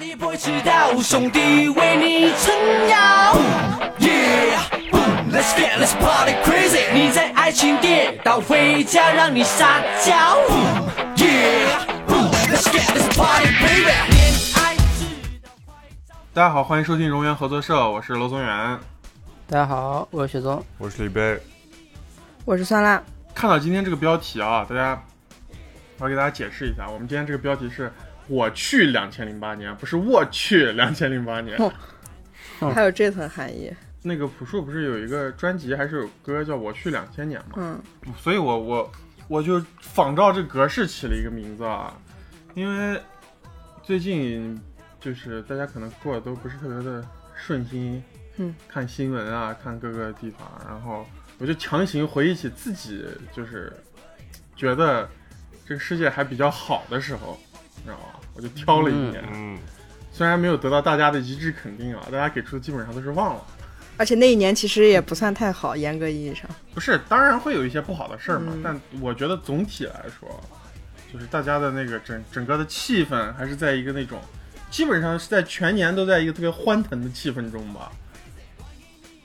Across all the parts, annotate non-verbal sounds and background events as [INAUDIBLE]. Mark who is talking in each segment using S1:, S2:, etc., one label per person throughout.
S1: 你不会迟到，兄弟为你撑腰。Yeah, boom, let's get let's party crazy。你在爱情跌倒，回家让你撒娇。Yeah, boom, let's get let's party baby。恋爱是
S2: 大家好，欢迎收听荣源合作社，我是娄宗元。
S3: 大家好，我是雪宗，
S4: 我是李贝，
S5: 我是酸辣，
S2: 看到今天这个标题啊，大家，我要给大家解释一下，我们今天这个标题是“我去两千零八年”，不是“我去两千零八年
S5: 哦”。
S3: 嗯
S5: 还有这层含义。
S2: 那个朴树不是有一个专辑还是有歌叫《我去两千年》吗？
S5: 嗯，
S2: 所以我我我就仿照这格式起了一个名字啊，因为最近就是大家可能过得都不是特别的顺心，
S5: 嗯，
S2: 看新闻啊，看各个地方，然后我就强行回忆起自己就是觉得这个世界还比较好的时候，你知道吗？我就挑了一年，
S4: 嗯，
S2: 虽然没有得到大家的一致肯定啊，大家给出的基本上都是忘了。
S5: 而且那一年其实也不算太好，严格意义上。
S2: 不是，当然会有一些不好的事儿嘛，
S5: 嗯
S2: 但我觉得总体来说，就是大家的那个整整个的气氛还是在一个那种，基本上是在全年都在一个特别欢腾的气氛中吧。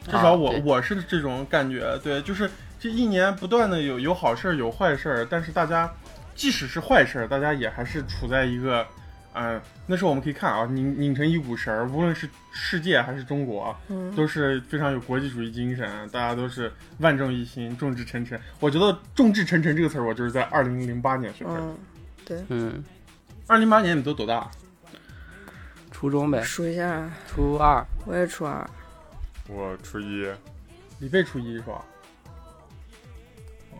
S2: 至少我、
S3: 啊对
S2: 我是这种感觉，对，就是这一年不断的有有好事儿有坏事儿，但是大家即使是坏事儿，大家也还是处在一个，嗯、那时候我们可以看啊，拧拧成一股绳儿，无论是世界还是中国，啊
S5: 嗯，
S2: 都是非常有国际主义精神，大家都是万众一心、众志成城。我觉得“众志成城”这个词儿，我就是在二零零八年学会的。
S5: 嗯，
S3: 嗯，
S2: 二零零八年你们都多大？
S3: 初中呗，
S5: 数一下，
S3: 初二，
S5: 我也初二，
S4: 我初一，
S2: 李贝初一是吧？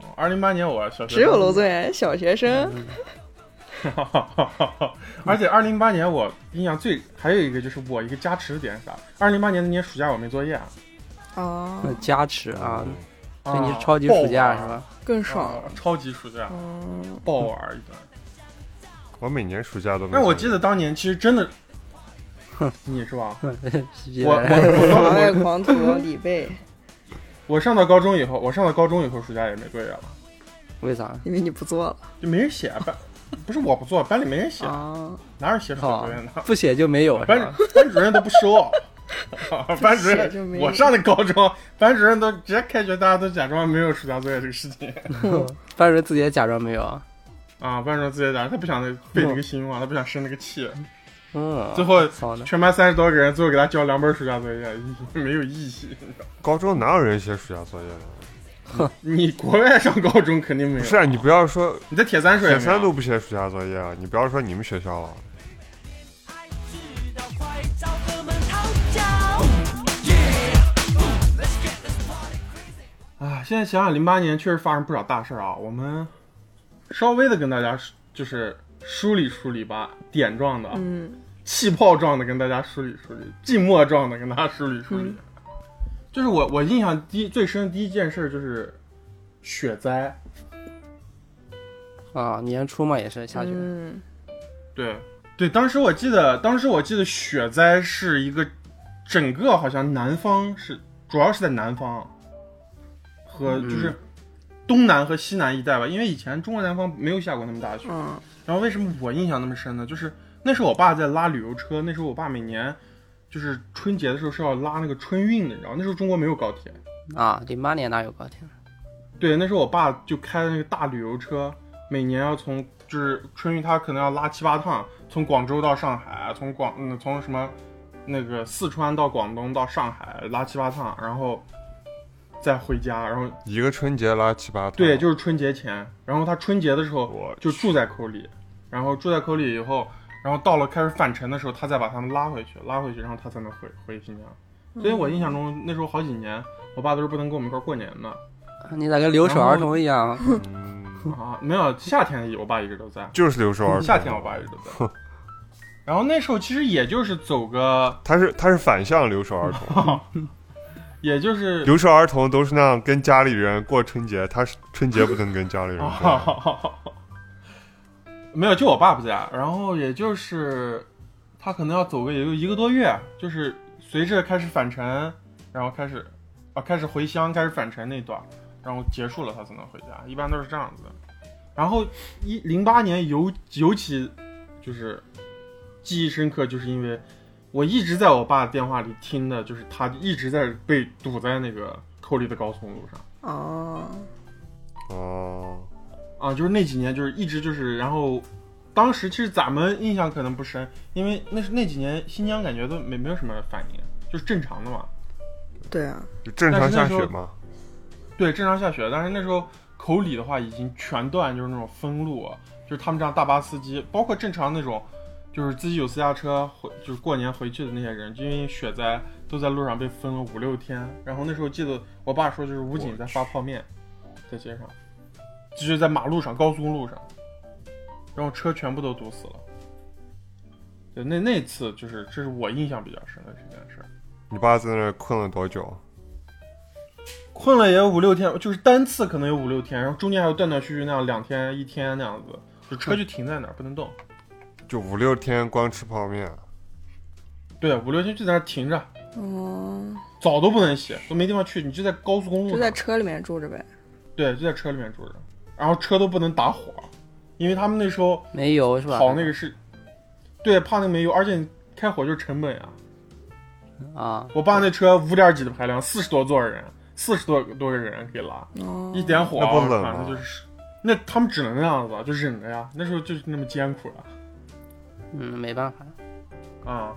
S2: 哦二零零八年我小学
S5: 只有娄宗元小学生。
S2: [LAUGHS] 而且二零零八年我印象最还有一个就是我一个加持的点是啥？二零零八年那年暑假我没作业啊，
S5: 哦
S3: 那，加持啊，所以你
S2: 啊
S3: 是超级暑假
S2: 爆玩
S3: 是吧？
S5: 更
S2: 啊
S5: 爽。
S2: 超级暑假，
S5: 嗯，
S2: 爆玩一顿。
S4: 我每年暑假都没。
S2: 但我记得，当年其实真的，你是吧？
S3: 是 [LAUGHS]
S2: 我我我
S5: 狂爱 [LAUGHS] 狂徒李贝，
S2: 我上到高中以后，我上到高中以后，暑假也没作业了，
S3: 为啥？
S5: 因为你不做了。
S2: 就没人写班，不是我不做，班里没人写，
S5: 哦，
S2: 哪有写暑假
S3: 啊
S2: 作业呢？，
S3: [LAUGHS] 不写就没有是
S2: 班
S3: 吧？
S2: 主班主任都不
S5: [LAUGHS]
S2: 收，班主
S5: 不写就没
S2: 任，
S5: 有
S2: 我上的高中，班主任都直接开学，大家都假装没有暑假作业这个事情 [LAUGHS]
S3: [LAUGHS] 班主任自己也假装没有啊。
S2: 啊。班主任自己讲，他不想费那个心嘛，他不想生那个气。
S3: 嗯，
S2: 最后
S3: 操呢？
S2: 全班三十多个人，最后给他交两本暑假作业， [LAUGHS] 没有意义。
S4: 高中哪有人写暑假作业的？
S2: 你国外上高中肯定没
S4: 不
S2: 有
S4: 是，啊，你不要说
S2: 你在铁三水也
S4: 铁
S2: 没
S4: 三
S2: 有
S4: 都不写暑假作业啊，你不要说你们学校了。
S1: 爱知道快找哥们讨教。Yeah, boom, let's get this party
S2: 啊，现在想想零八年确实发生不少大事儿啊，我们稍微的跟大家梳就是梳理梳理吧，点状的、
S5: 嗯，
S2: 气泡状的跟大家梳理梳理，静默状的跟大家梳理梳理。
S5: 嗯
S2: 就是我我印象第一最深的第一件事就是雪灾，
S3: 啊，年初嘛也是下雪，
S5: 嗯，
S2: 对对，当时我记得当时我记得雪灾是一个整个好像南方是主要是在南方和
S3: 嗯
S2: 就是东南和西南一带吧，因为以前中国南方没有下过那么大的雪。
S5: 嗯，
S2: 然后为什么我印象那么深呢？就是那时候我爸在拉旅游车，那时候我爸每年就是春节的时候是要拉那个春运的，你知道，那时候中国没有高铁。
S3: 啊，零八年哪有高铁？
S2: 对，那时候我爸就开的那个大旅游车，每年要从就是春运，他可能要拉七八趟，从广州到上海，从广嗯从什么那个四川到广东到上海拉七八趟，然后再回家，然后
S4: 一个春节拉七八趟，
S2: 对，就是春节前。然后他春节的时候
S4: 哦我
S2: 就住在口里，然后住在口里以后，然后到了开始返程的时候，他再把他们拉回去，拉回去，然后他才能回回新疆。所以我印象中那时候好几年，我爸都是不能跟我们一块儿过年的
S3: 啊你咋跟留守儿童一样？
S5: [LAUGHS]
S4: 嗯，
S2: 啊，没有夏天我爸一直都在，
S4: 就是留守儿童。
S2: 夏天我爸一直都在。 [LAUGHS] 然后那时候其实也就是走个，
S4: 他是他是反向留守
S2: [LAUGHS]
S4: 儿童，
S2: 也就是
S4: 留守儿童都是那样跟家里人过春节，他是春节不能跟家里人过。
S2: 啊， [LAUGHS] 没有，就我爸不在，啊然后也就是他可能要走个也就一个多月，就是随着开始返程，然后开始啊开始回乡，开始返程那段，然后结束了他才能回家，一般都是这样子的。然后一零八年尤尤其就是记忆深刻，就是因为我一直在我爸电话里听的，就是他一直在被堵在那个扣里的高速公路上
S5: 哦，
S4: 哦，
S2: 啊，就是那几年就是一直就是，然后当时其实咱们印象可能不深，因为那是那几年新疆感觉都没没有什么反应，就是正常的嘛，
S5: 对啊，
S4: 就正常下雪嘛。
S2: 对，正常下雪，但是那时候口里的话已经全断，就是那种封路，啊就是他们这样大巴司机，包括正常那种，就是自己有私家车回，就是过年回去的那些人，就因为雪灾都在路上被封了五六天。然后那时候记得我爸说，就是武警在发泡面，在街上，就是在马路上、高速公路上，然后车全部都堵死了。对，那那次就是这是我印象比较深的这件事儿。
S4: 你爸在那儿困了多久？
S2: 困了也有五六天，就是单次可能有五六天，然后中间还有断断续续那样两天一天那样子，就车就停在那儿不能动。
S4: 就五六天光吃泡面，
S2: 对，五六天就在那儿停着，
S5: 哦，
S2: 澡都不能洗，都没地方去，你就在高速公路
S5: 就
S2: 上，
S5: 在车里面住着呗。
S2: 对，就在车里面住着，然后车都不能打火，因为他们那时候
S3: 没油是吧？
S2: 跑那个是，对，怕那没油，而且你开火就是成本呀、
S3: 啊，
S2: 我爸那车五点几的排量，四十多座人，四十多多个人给拉，
S5: 哦，
S2: 一点火，
S4: 那不冷啊吗
S2: 反正就是，那他们只能那样子，啊就忍着呀，那时候就是那么艰苦了。
S3: 嗯，没办法，
S2: 啊，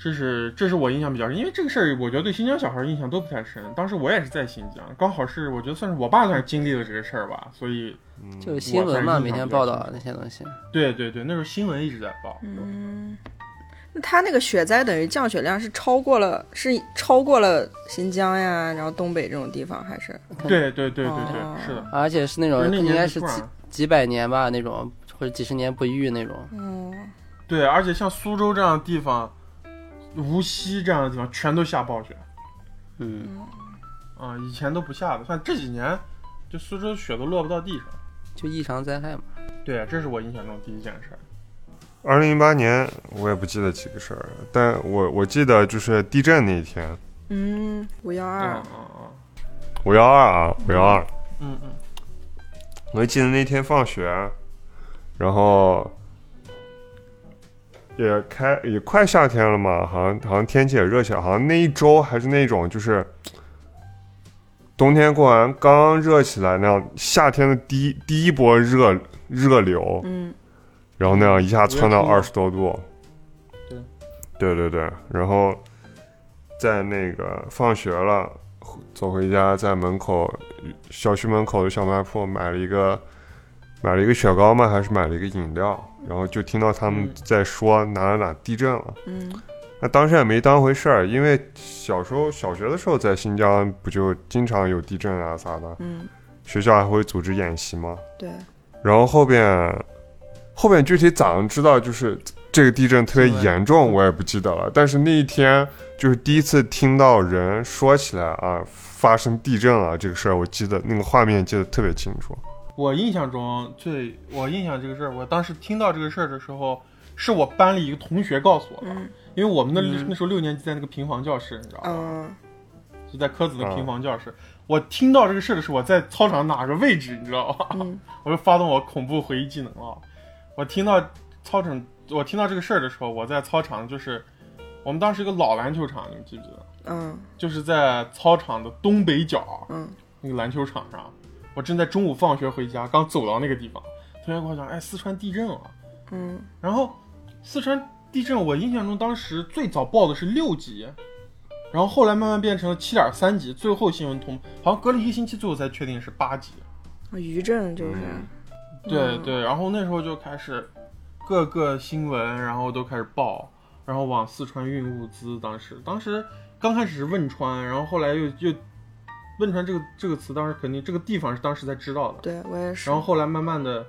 S2: 这是这是我印象比较深，因为这个事儿，我觉得对新疆小孩儿印象都不太深。当时我也是在新疆，刚好是我觉得算是我爸算是经历了这个事儿吧，所以
S4: 嗯，
S3: 就是新闻
S2: 我
S3: 嘛，
S2: 还是
S3: 每天报道那些东西。
S2: 对对对，那时候新闻一直在报。
S5: 嗯，那他那个雪灾等于降雪量是超过了，是超过了新疆呀，然后东北这种地方，还是
S2: 对对对对
S5: 哦
S2: 对，是的，
S3: 而且是那
S2: 就
S3: 种
S2: 是啊那
S3: 应该
S2: 年
S3: 是
S2: 突
S3: 几
S2: 然，
S3: 几百年吧，那种或者几十年不遇那种。
S5: 哦，
S2: 对，而且像苏州这样的地方，无锡这样的地方全都下暴雪
S3: 嗯，
S2: 啊，以前都不下的，算这几年，就苏州雪都落不到地上。
S3: 就异常灾害嘛。
S2: 对，这是我印象中第一件事儿。
S4: 二零一八年我也不记得几个事儿，但我我记得就是地震那一天，
S5: 嗯，五幺二
S2: 嗯，嗯嗯
S4: 五幺二啊，五幺二，
S2: 嗯嗯，
S4: 我就记得那天放学，然后也开也快夏天了嘛，好像好像天气也热起来，好像那一周还是那种就是冬天过完刚热起来那样，夏天的第一第一波热热流，
S5: 嗯，
S4: 然后那样一下窜到
S2: 五月初
S4: 二十多度。
S2: 对，
S4: 对对对，然后在那个放学了，走回家，在门口小区门口的小卖铺买了一个买了一个雪糕吗？还是买了一个饮料？然后就听到他们
S2: 嗯
S4: 在说哪哪哪地震了。
S5: 嗯，
S4: 那当时也没当回事儿，因为小时候小学的时候在新疆不就经常有地震啊啥的，
S5: 嗯，
S4: 学校还会组织演习吗？
S5: 对，
S4: 然后后边，后边具体咋能知道就是这个地震特别严重，我也不记得了。但是那一天就是第一次听到人说起来啊，发生地震了这个事儿，我记得那个画面记得特别清楚。
S2: 我印象中最，我印象这个事儿，我当时听到这个事儿的时候，是我班里一个同学告诉我的，
S5: 嗯，
S2: 因为我们那、那时候六年级在那个平房教室，你知道吧？
S5: 嗯，
S2: 就在科子的平房教室。我听到这个事儿的时候，我在操场哪个位置，你知道吧？
S5: 嗯
S2: [LAUGHS] 我就发动我恐怖回忆技能了。我听到操场，我听到这个事儿的时候，我在操场就是，我们当时一个老篮球场，你们记不记得？
S5: 嗯，
S2: 就是在操场的东北角，
S5: 嗯，
S2: 那个篮球场上，我正在中午放学回家，刚走到那个地方，同学跟我讲，哎，四川地震了。
S5: 嗯，
S2: 然后四川地震，我印象中当时最早报的是六级，然后后来慢慢变成了七点三级，最后新闻通好像隔了一个星期，最后才确定是八级。
S5: 嗯余震就是，
S2: 对
S5: 嗯
S2: 对，然后那时候就开始各个新闻，然后都开始报，然后往四川运物资。当时，当时刚开始是汶川，然后后来又又汶川这个这个词，当时肯定这个地方是当时才知道的。
S5: 对我也是
S2: 然，后后来慢慢的，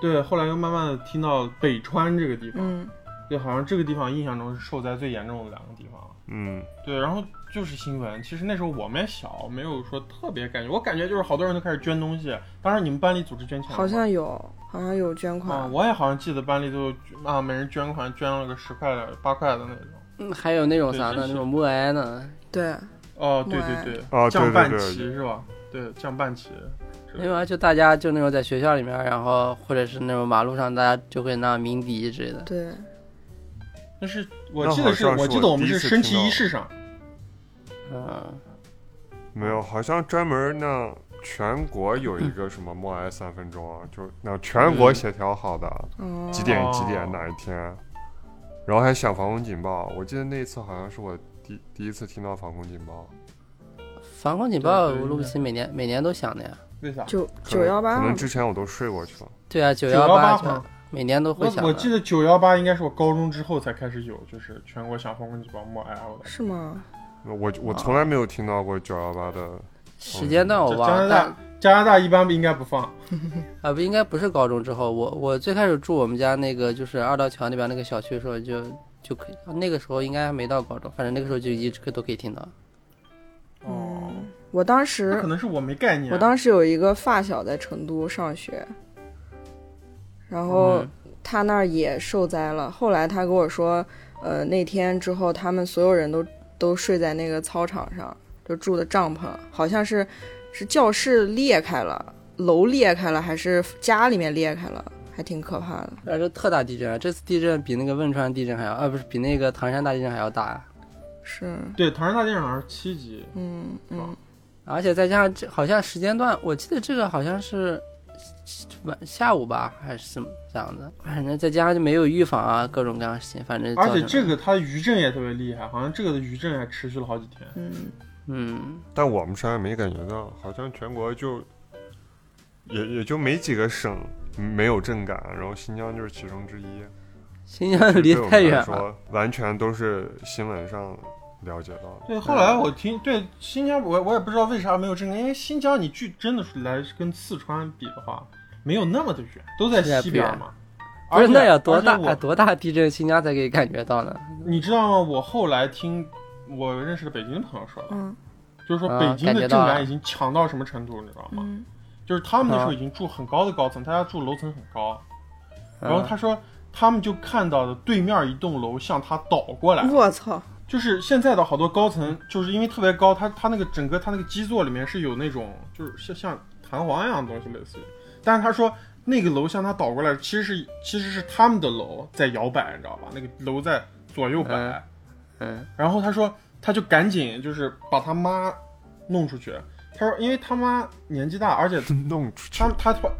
S2: 对，后来又慢慢的听到北川这个地方，
S5: 嗯，
S2: 对，好像这个地方印象中是受灾最严重的两个地方。
S4: 嗯，
S2: 对，然后就是新闻。其实那时候我们也小，没有说特别感觉，我感觉就是好多人都开始捐东西。当然，你们班里组织捐钱了吗
S5: 好像有，好像有捐
S2: 啊，
S4: 哦
S5: 款，
S2: 我也好像记得班里都有啊，每人捐款，捐了个十块的、八块的那种。
S3: 嗯，还有那种啥
S2: 对
S3: 呢？
S2: 真是
S3: 那种默哀呢？
S5: 对，
S2: 哦，对
S5: 哇
S2: 对对，
S4: 哦对
S2: 降半
S4: 对对
S2: 旗是吧？对，降半旗。是
S3: 没有啊，就大家就那种在学校里面，然后或者是那种马路上，大家就会拿鸣笛之类的。
S5: 对，
S2: 那是我
S4: 那
S2: 记得
S4: 好
S2: 是，
S4: 像是
S2: 我记得
S4: 我
S2: 我们
S4: 第一
S2: 是
S4: 次
S2: 升
S4: 听
S2: 旗
S4: 到
S2: 仪式上，
S3: 嗯，
S4: 没有，好像专门那全国有一个什么默哀三分钟，啊就那全国协调嗯好的、
S5: 哦，
S4: 几点几
S2: 哦
S4: 点哪一天，然后还响防空警报。我记得那一次好像是我第第一次听到防空警报，
S3: 防空警报，
S2: 对对对
S3: 卢布西每年每年都响的呀。
S2: 为啥？
S5: 九
S4: 可
S5: 九
S4: 能
S5: 幺八
S4: 可能之前我都睡过去了。
S3: 对啊，九
S2: 918
S3: 八
S2: 吗
S3: 每年都会
S2: 我
S3: 响的。
S2: 我记得九幺八应该是我高中之后才开始有，就是全国响防空警报默哀啊我的。
S5: 是吗？
S4: 我
S3: 啊
S4: 我从来没有听到过九幺八的，
S3: 时间段我
S2: 这嗯
S3: 忘
S2: 加拿
S3: 了，
S2: 大
S3: 但
S2: 加拿大一般不应该不放，
S3: 啊不应该不是高中之后，我我最开始住我们家那个就是二道桥那边那个小区的时候就就可以，那个时候应该还没到高中，反正那个时候就一直都可以听到。
S2: 哦，
S5: 我当
S2: 那可
S5: 时
S2: 能是我没概念。
S5: 我当时有一个发小在成都上学，然后
S3: 嗯
S5: 他那儿也受灾了。后来他跟我说，呃，那天之后他们所有人都都睡在那个操场上，就住的帐篷，好像是是教室裂开了，楼裂开了，还是家里面裂开了，还挺可怕的。
S3: 但是特大地震啊，这次地震比那个汶川地震还要，啊不是比那个唐山大地震还要大啊。
S5: 是，
S2: 对唐山大地震好像是七级，
S5: 嗯嗯，
S3: 而且再加上这好像时间段，我记得这个好像是晚下午吧，还是怎么这样子？反正再加上就没有预防啊，各种各样的事情，反正
S2: 而
S3: 造
S2: 且
S3: 成
S2: 这
S3: 了
S2: 个它余震也特别厉害，好像这个的余震还持续了好几天。
S5: 嗯，
S3: 嗯，
S4: 但我们山没感觉到，好像全国就也也就没几个省没有震感，然后新疆就是其中之一。
S3: 新疆 [LAUGHS] 离太远了，
S4: 对我们来说，完全都是新闻上了解到的。
S3: 嗯
S2: 对，后来我听对新疆，我我也不知道为啥没有震感，因为新疆你距真的是来跟四川比的话，没有那么的远，都在
S3: 是啊
S2: 西
S3: 不远
S2: 边嘛。
S3: 不是
S2: 而且
S3: 那要多
S2: 而且
S3: 大
S2: 我
S3: 啊多大地震，新疆才可以感觉到呢？
S2: 你知道吗？我后来听我认识的北京的朋友说的，
S5: 嗯
S2: 就是说
S3: 啊
S2: 北京的
S3: 感觉
S2: 震
S3: 到啊
S2: 感已经强到什么程度，你知道吗？
S5: 嗯
S2: 就是他们那时候已经住很高的高层，大家住楼层很高，
S3: 嗯
S2: 然后他说他们就看到了对面一栋楼向他倒过
S3: [LAUGHS]
S2: 来，
S5: 我操，
S2: 就是现在的好多高层，就是因为特别高，它它那个整个它那个基座里面是有那种就是像像弹簧一样的东西类似于，但是他说那个楼向他倒过来，其实是其实是他们的楼在摇摆，你知道吧？那个楼在左右摆，
S3: 嗯
S2: 然后他说他就赶紧就是把他妈弄出去，他说因为他妈年纪大，而且
S4: 弄出去
S2: 他，他把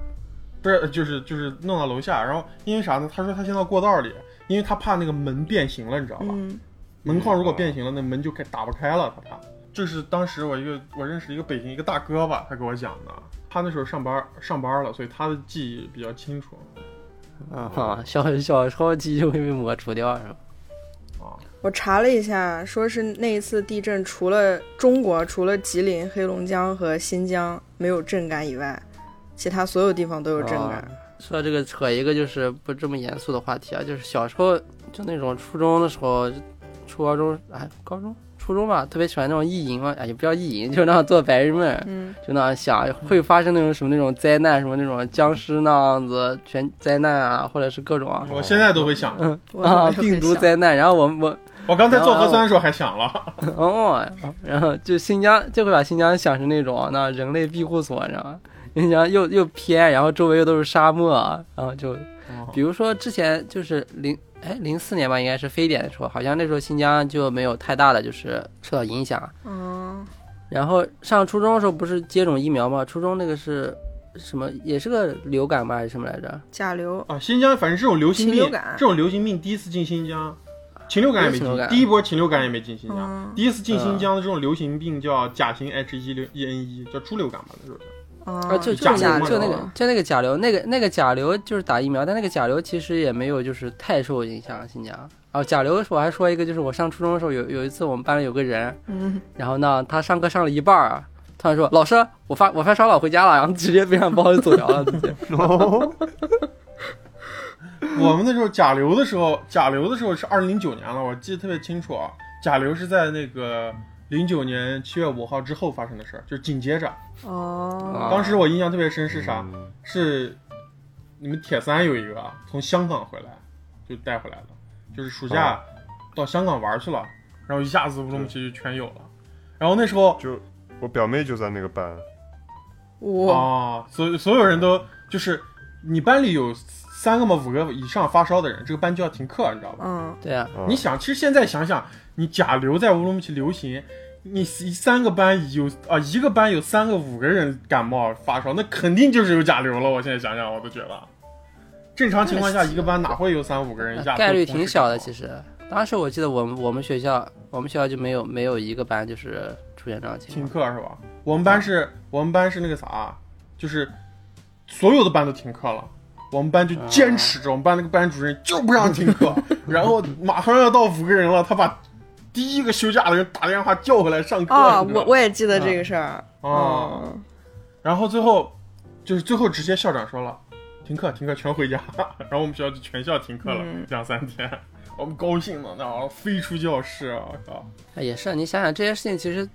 S2: 不是就是就是弄到楼下，然后因为啥呢？他说他先到过道里，因为他怕那个门变形了，你知道吧？
S5: 嗯
S2: 门框如果变形了，那门就开打不开了，他怕。这是当时我一个我认识一个北京一个大哥吧，他给我讲的。他那时候上班上班了，所以他的记忆比较清楚
S3: 啊哈，小小时候记忆就会被抹除掉是吧？
S2: 啊。
S5: 我查了一下，说是那一次地震，除了中国，除了吉林、黑龙江和新疆没有震感以外，其他所有地方都有震感。
S3: 说到这个扯一个就是不这么严肃的话题啊，就是小时候就那种初中的时候，初高中哎高中初中吧，特别喜欢那种意淫嘛，哎也不叫意淫，就是那种做白日梦，
S5: 嗯，
S3: 就那样想会发生那种什么那种灾难，什么那种僵尸那样子全灾难啊，或者是各种啊
S2: 我现在都会想，
S5: 我
S3: 啊
S5: 我也会
S3: 病毒
S5: 想
S3: 灾难，然后我我
S2: 我刚才做核酸的时候还想了。
S3: 哦，然后就新疆就会把新疆想成那种那人类庇护所，你知道吗？新疆又又偏，然后周围又都是沙漠，啊然后就比如说之前就是零哎零四年吧，应该是非典的时候，好像那时候新疆就没有太大的就是受到影响。哦
S5: 嗯，
S3: 然后上初中的时候不是接种疫苗吗？初中那个是什么？也是个流感吧，还是什么来着？
S5: 甲流，
S2: 啊，新疆反正这种流行病
S5: 禽流，感
S2: 这种流行病第一次进新疆，禽流感也没
S3: 禽流
S2: 进，
S3: 感
S2: 第一波禽流感也没进新疆。
S5: 嗯
S2: 第一次进新疆的这种流行病叫甲型 H 一六 E N 一，叫猪流感吧，那时候叫。
S5: 啊
S3: 啊，就就
S2: 哦甲
S3: 那
S2: 流哦
S3: 个就那
S2: 嘛
S3: 个就那个甲流，那个那个甲流就是打疫苗，但那个甲流其实也没有就是太受影响新疆。哦，甲流的时候我还说一个，就是我上初中的时候有有一次我们班里有个人，
S5: 嗯，
S3: 然后呢他上课上了一半儿，突然说老师我发我发烧了我回家了，然后直接背上包就走掉了，直接。
S2: [LAUGHS] 我们那时候甲流的时候，甲流的时候是二零零九年了，我记得特别清楚啊。甲流是在那个零九年七月五号之后发生的事儿，就是紧接着。
S5: 哦，
S3: 啊
S2: 当时我印象特别深是啥？
S4: 嗯
S2: 是你们铁三有一个啊从香港回来就带回来了，就是暑假
S4: 啊
S2: 到香港玩去了，然后一下子乌鲁木齐就全有了。然后那时候
S4: 就我表妹就在那个班，
S5: 我
S2: 啊，所所有人都就是你班里有三个嘛五个以上发烧的人，这个班就要停课，你知道吧？
S5: 嗯，
S3: 对啊，
S4: 嗯
S2: 你想，其实现在想想，你甲流在乌鲁木齐流行，你三个班有啊、一个班有三个五个人感冒发烧，那肯定就是有甲流了。我现在想想，我都觉得，正常情况下一个班哪会有三五个人一下？
S3: 概率挺小的，其
S2: 实。
S3: 实。当时我记得我们我们学校我们学校就没有没有一个班就是出现这样的情
S2: 停
S3: 况。
S2: 课是吧？我们班是，我们班是那个啥，就是所有的班都停课了。我们班就坚持着，我们班那个班主任就不让停
S3: [LAUGHS]
S2: 课，然后马上要到五个人了，他把第一个休假的人打电话叫回来上课。
S5: 哦，
S2: 你知道
S5: 我
S2: 吗
S5: 我也记得这个事儿。
S2: 啊、
S5: 嗯，
S2: 然后最后就是最后直接校长说了，停课停课全回家， [LAUGHS] 然后我们学校就全校停课了、
S5: 嗯
S2: 两三天，我们高兴的那好飞出教室啊，我靠，
S3: 哎也是，你想想这些事情，其实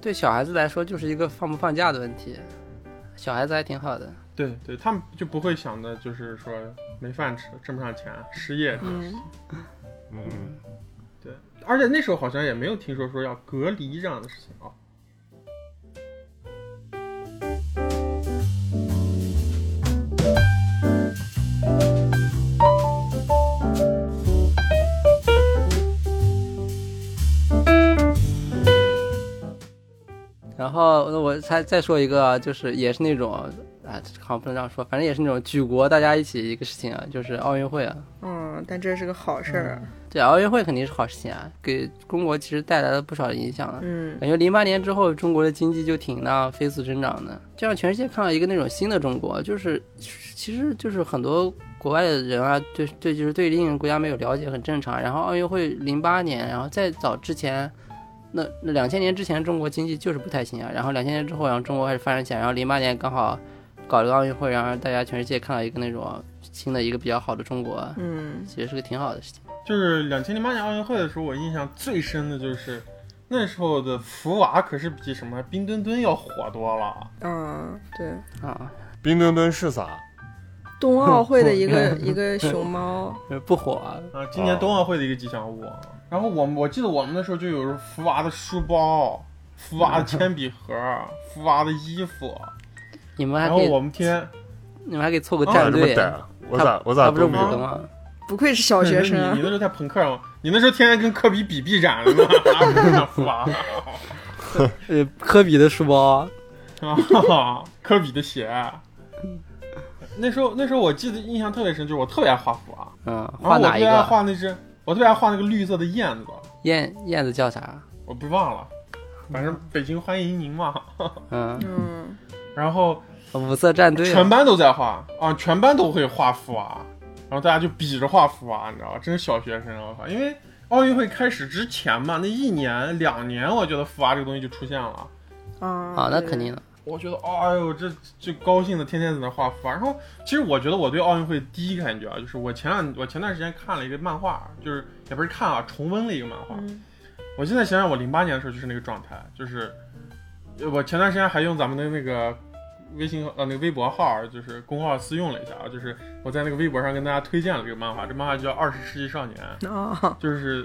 S3: 对小孩子来说就是一个放不放假的问题。小孩子还挺好的，
S2: 对对，他们就不会想的就是说没饭吃，挣不上钱，失业，
S5: 嗯，
S4: 嗯，
S2: 而且那时候好像也没有听说说要隔离这样的事情啊。
S3: 然后那我再再说一个啊，就是也是那种啊，好像不能这样说，反正也是那种举国大家一起一个事情啊，就是奥运会啊。
S5: 嗯，但这是个好事儿。
S3: 对，奥运会肯定是好事情啊，给中国其实带来了不少影响啊。
S5: 嗯
S3: 感觉零八年之后，中国的经济就挺那飞速增长的，就让全世界看到一个那种新的中国。就是，其实就是很多国外的人啊，对对，就是对另一个国家没有了解，很正常。然后奥运会零八年，然后再早之前，那那两千年之前中国经济就是不太行啊。然后两千年之后，然后中国开始发展起来，然后零八年刚好搞了个奥运会，然后大家全世界看到一个那种新的一个比较好的中国，
S5: 嗯
S3: 其实是个挺好的事情。
S2: 就是两千零八年奥运会的时候，我印象最深的就是那时候的福娃可是比什么冰墩墩要火多了。
S5: 嗯，对，
S3: 啊，
S4: 冰墩墩是啥？
S5: 冬奥会的一个一个熊猫，
S3: 就是不火啊，
S2: 啊，今年冬奥会的一个吉祥物。啊然后我们我记得我们那时候就有福娃的书包、福娃的铅笔盒、福娃的衣服。
S3: 你们还
S2: 然后
S3: 可以，
S2: 我们天，
S3: 你们还可以凑个
S2: 啊
S3: 战
S4: 咋这么
S3: 队。
S4: 呆啊？我
S3: 他
S4: 咋我咋
S3: 他不是
S4: 都
S3: 五
S4: 没
S3: 个
S4: 有？
S3: 吗？
S5: 不愧是小学
S2: [LAUGHS]
S5: 生
S2: 你
S5: 啊
S2: 你。那时候太朋克了，你那时候天天跟科比比臂展了 [LAUGHS] 呢，哪比上福娃。
S3: 呃，科比的书包，
S2: 啊， [LAUGHS] 科比的鞋。那时候，那时候我记得印象特别深，就是我特别爱画福娃，
S3: 嗯，
S2: 然
S3: 画
S2: 后我
S3: 哪
S2: 特
S3: 一
S2: 别爱
S3: 个？
S2: 画那只，我特别爱画那个绿色的燕子，
S3: 燕燕子叫啥？
S2: 我不忘了，反正北京欢迎您嘛。 [LAUGHS]
S3: 嗯，
S5: 嗯，
S2: 然后
S3: 五色战队啊
S2: 全班都在画啊，全班都会画福娃，然后大家就比着画福娃，你知道吧？真是小学生啊，我靠！因为奥运会开始之前嘛，那一年两年，我觉得福娃这个东西就出现了。
S5: 啊
S3: 啊，那肯定的。
S2: 我觉得，哎呦，这这高兴的天天在那画符啊。然后，其实我觉得我对奥运会第一感觉啊，就是我前两我前段时间看了一个漫画，就是也不是看啊，重温了一个漫画。
S5: 嗯
S2: 我现在想想，我零八年的时候就是那个状态，就是呃我前段时间还用咱们的那个微信呃那个微博号，就是公号私用了一下啊，就是我在那个微博上跟大家推荐了这个漫画，这漫画叫《二十世纪少年》。
S5: 啊，
S2: 就是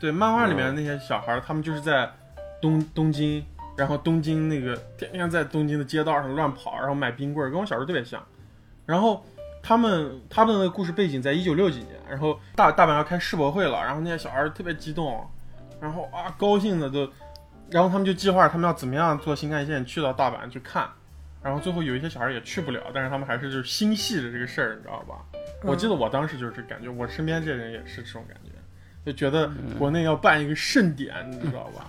S2: 对漫画里面那些小孩儿，他们就是在东东京，然后东京那个天天在东京的街道上乱跑，然后买冰棍儿，跟我小时候特别像。然后他们他们的故事背景在一九六几年，然后大大阪要开世博会了，然后那些小孩儿特别激动，然后啊高兴的都，然后他们就计划他们要怎么样坐新干线去到大阪去看。然后最后有一些小孩儿也去不了，但是他们还是就是心系着这个事儿，你知道吧？我记得我当时就是这感觉，我身边这人也是这种感觉，就觉得国内要办一个盛典，你知道吧？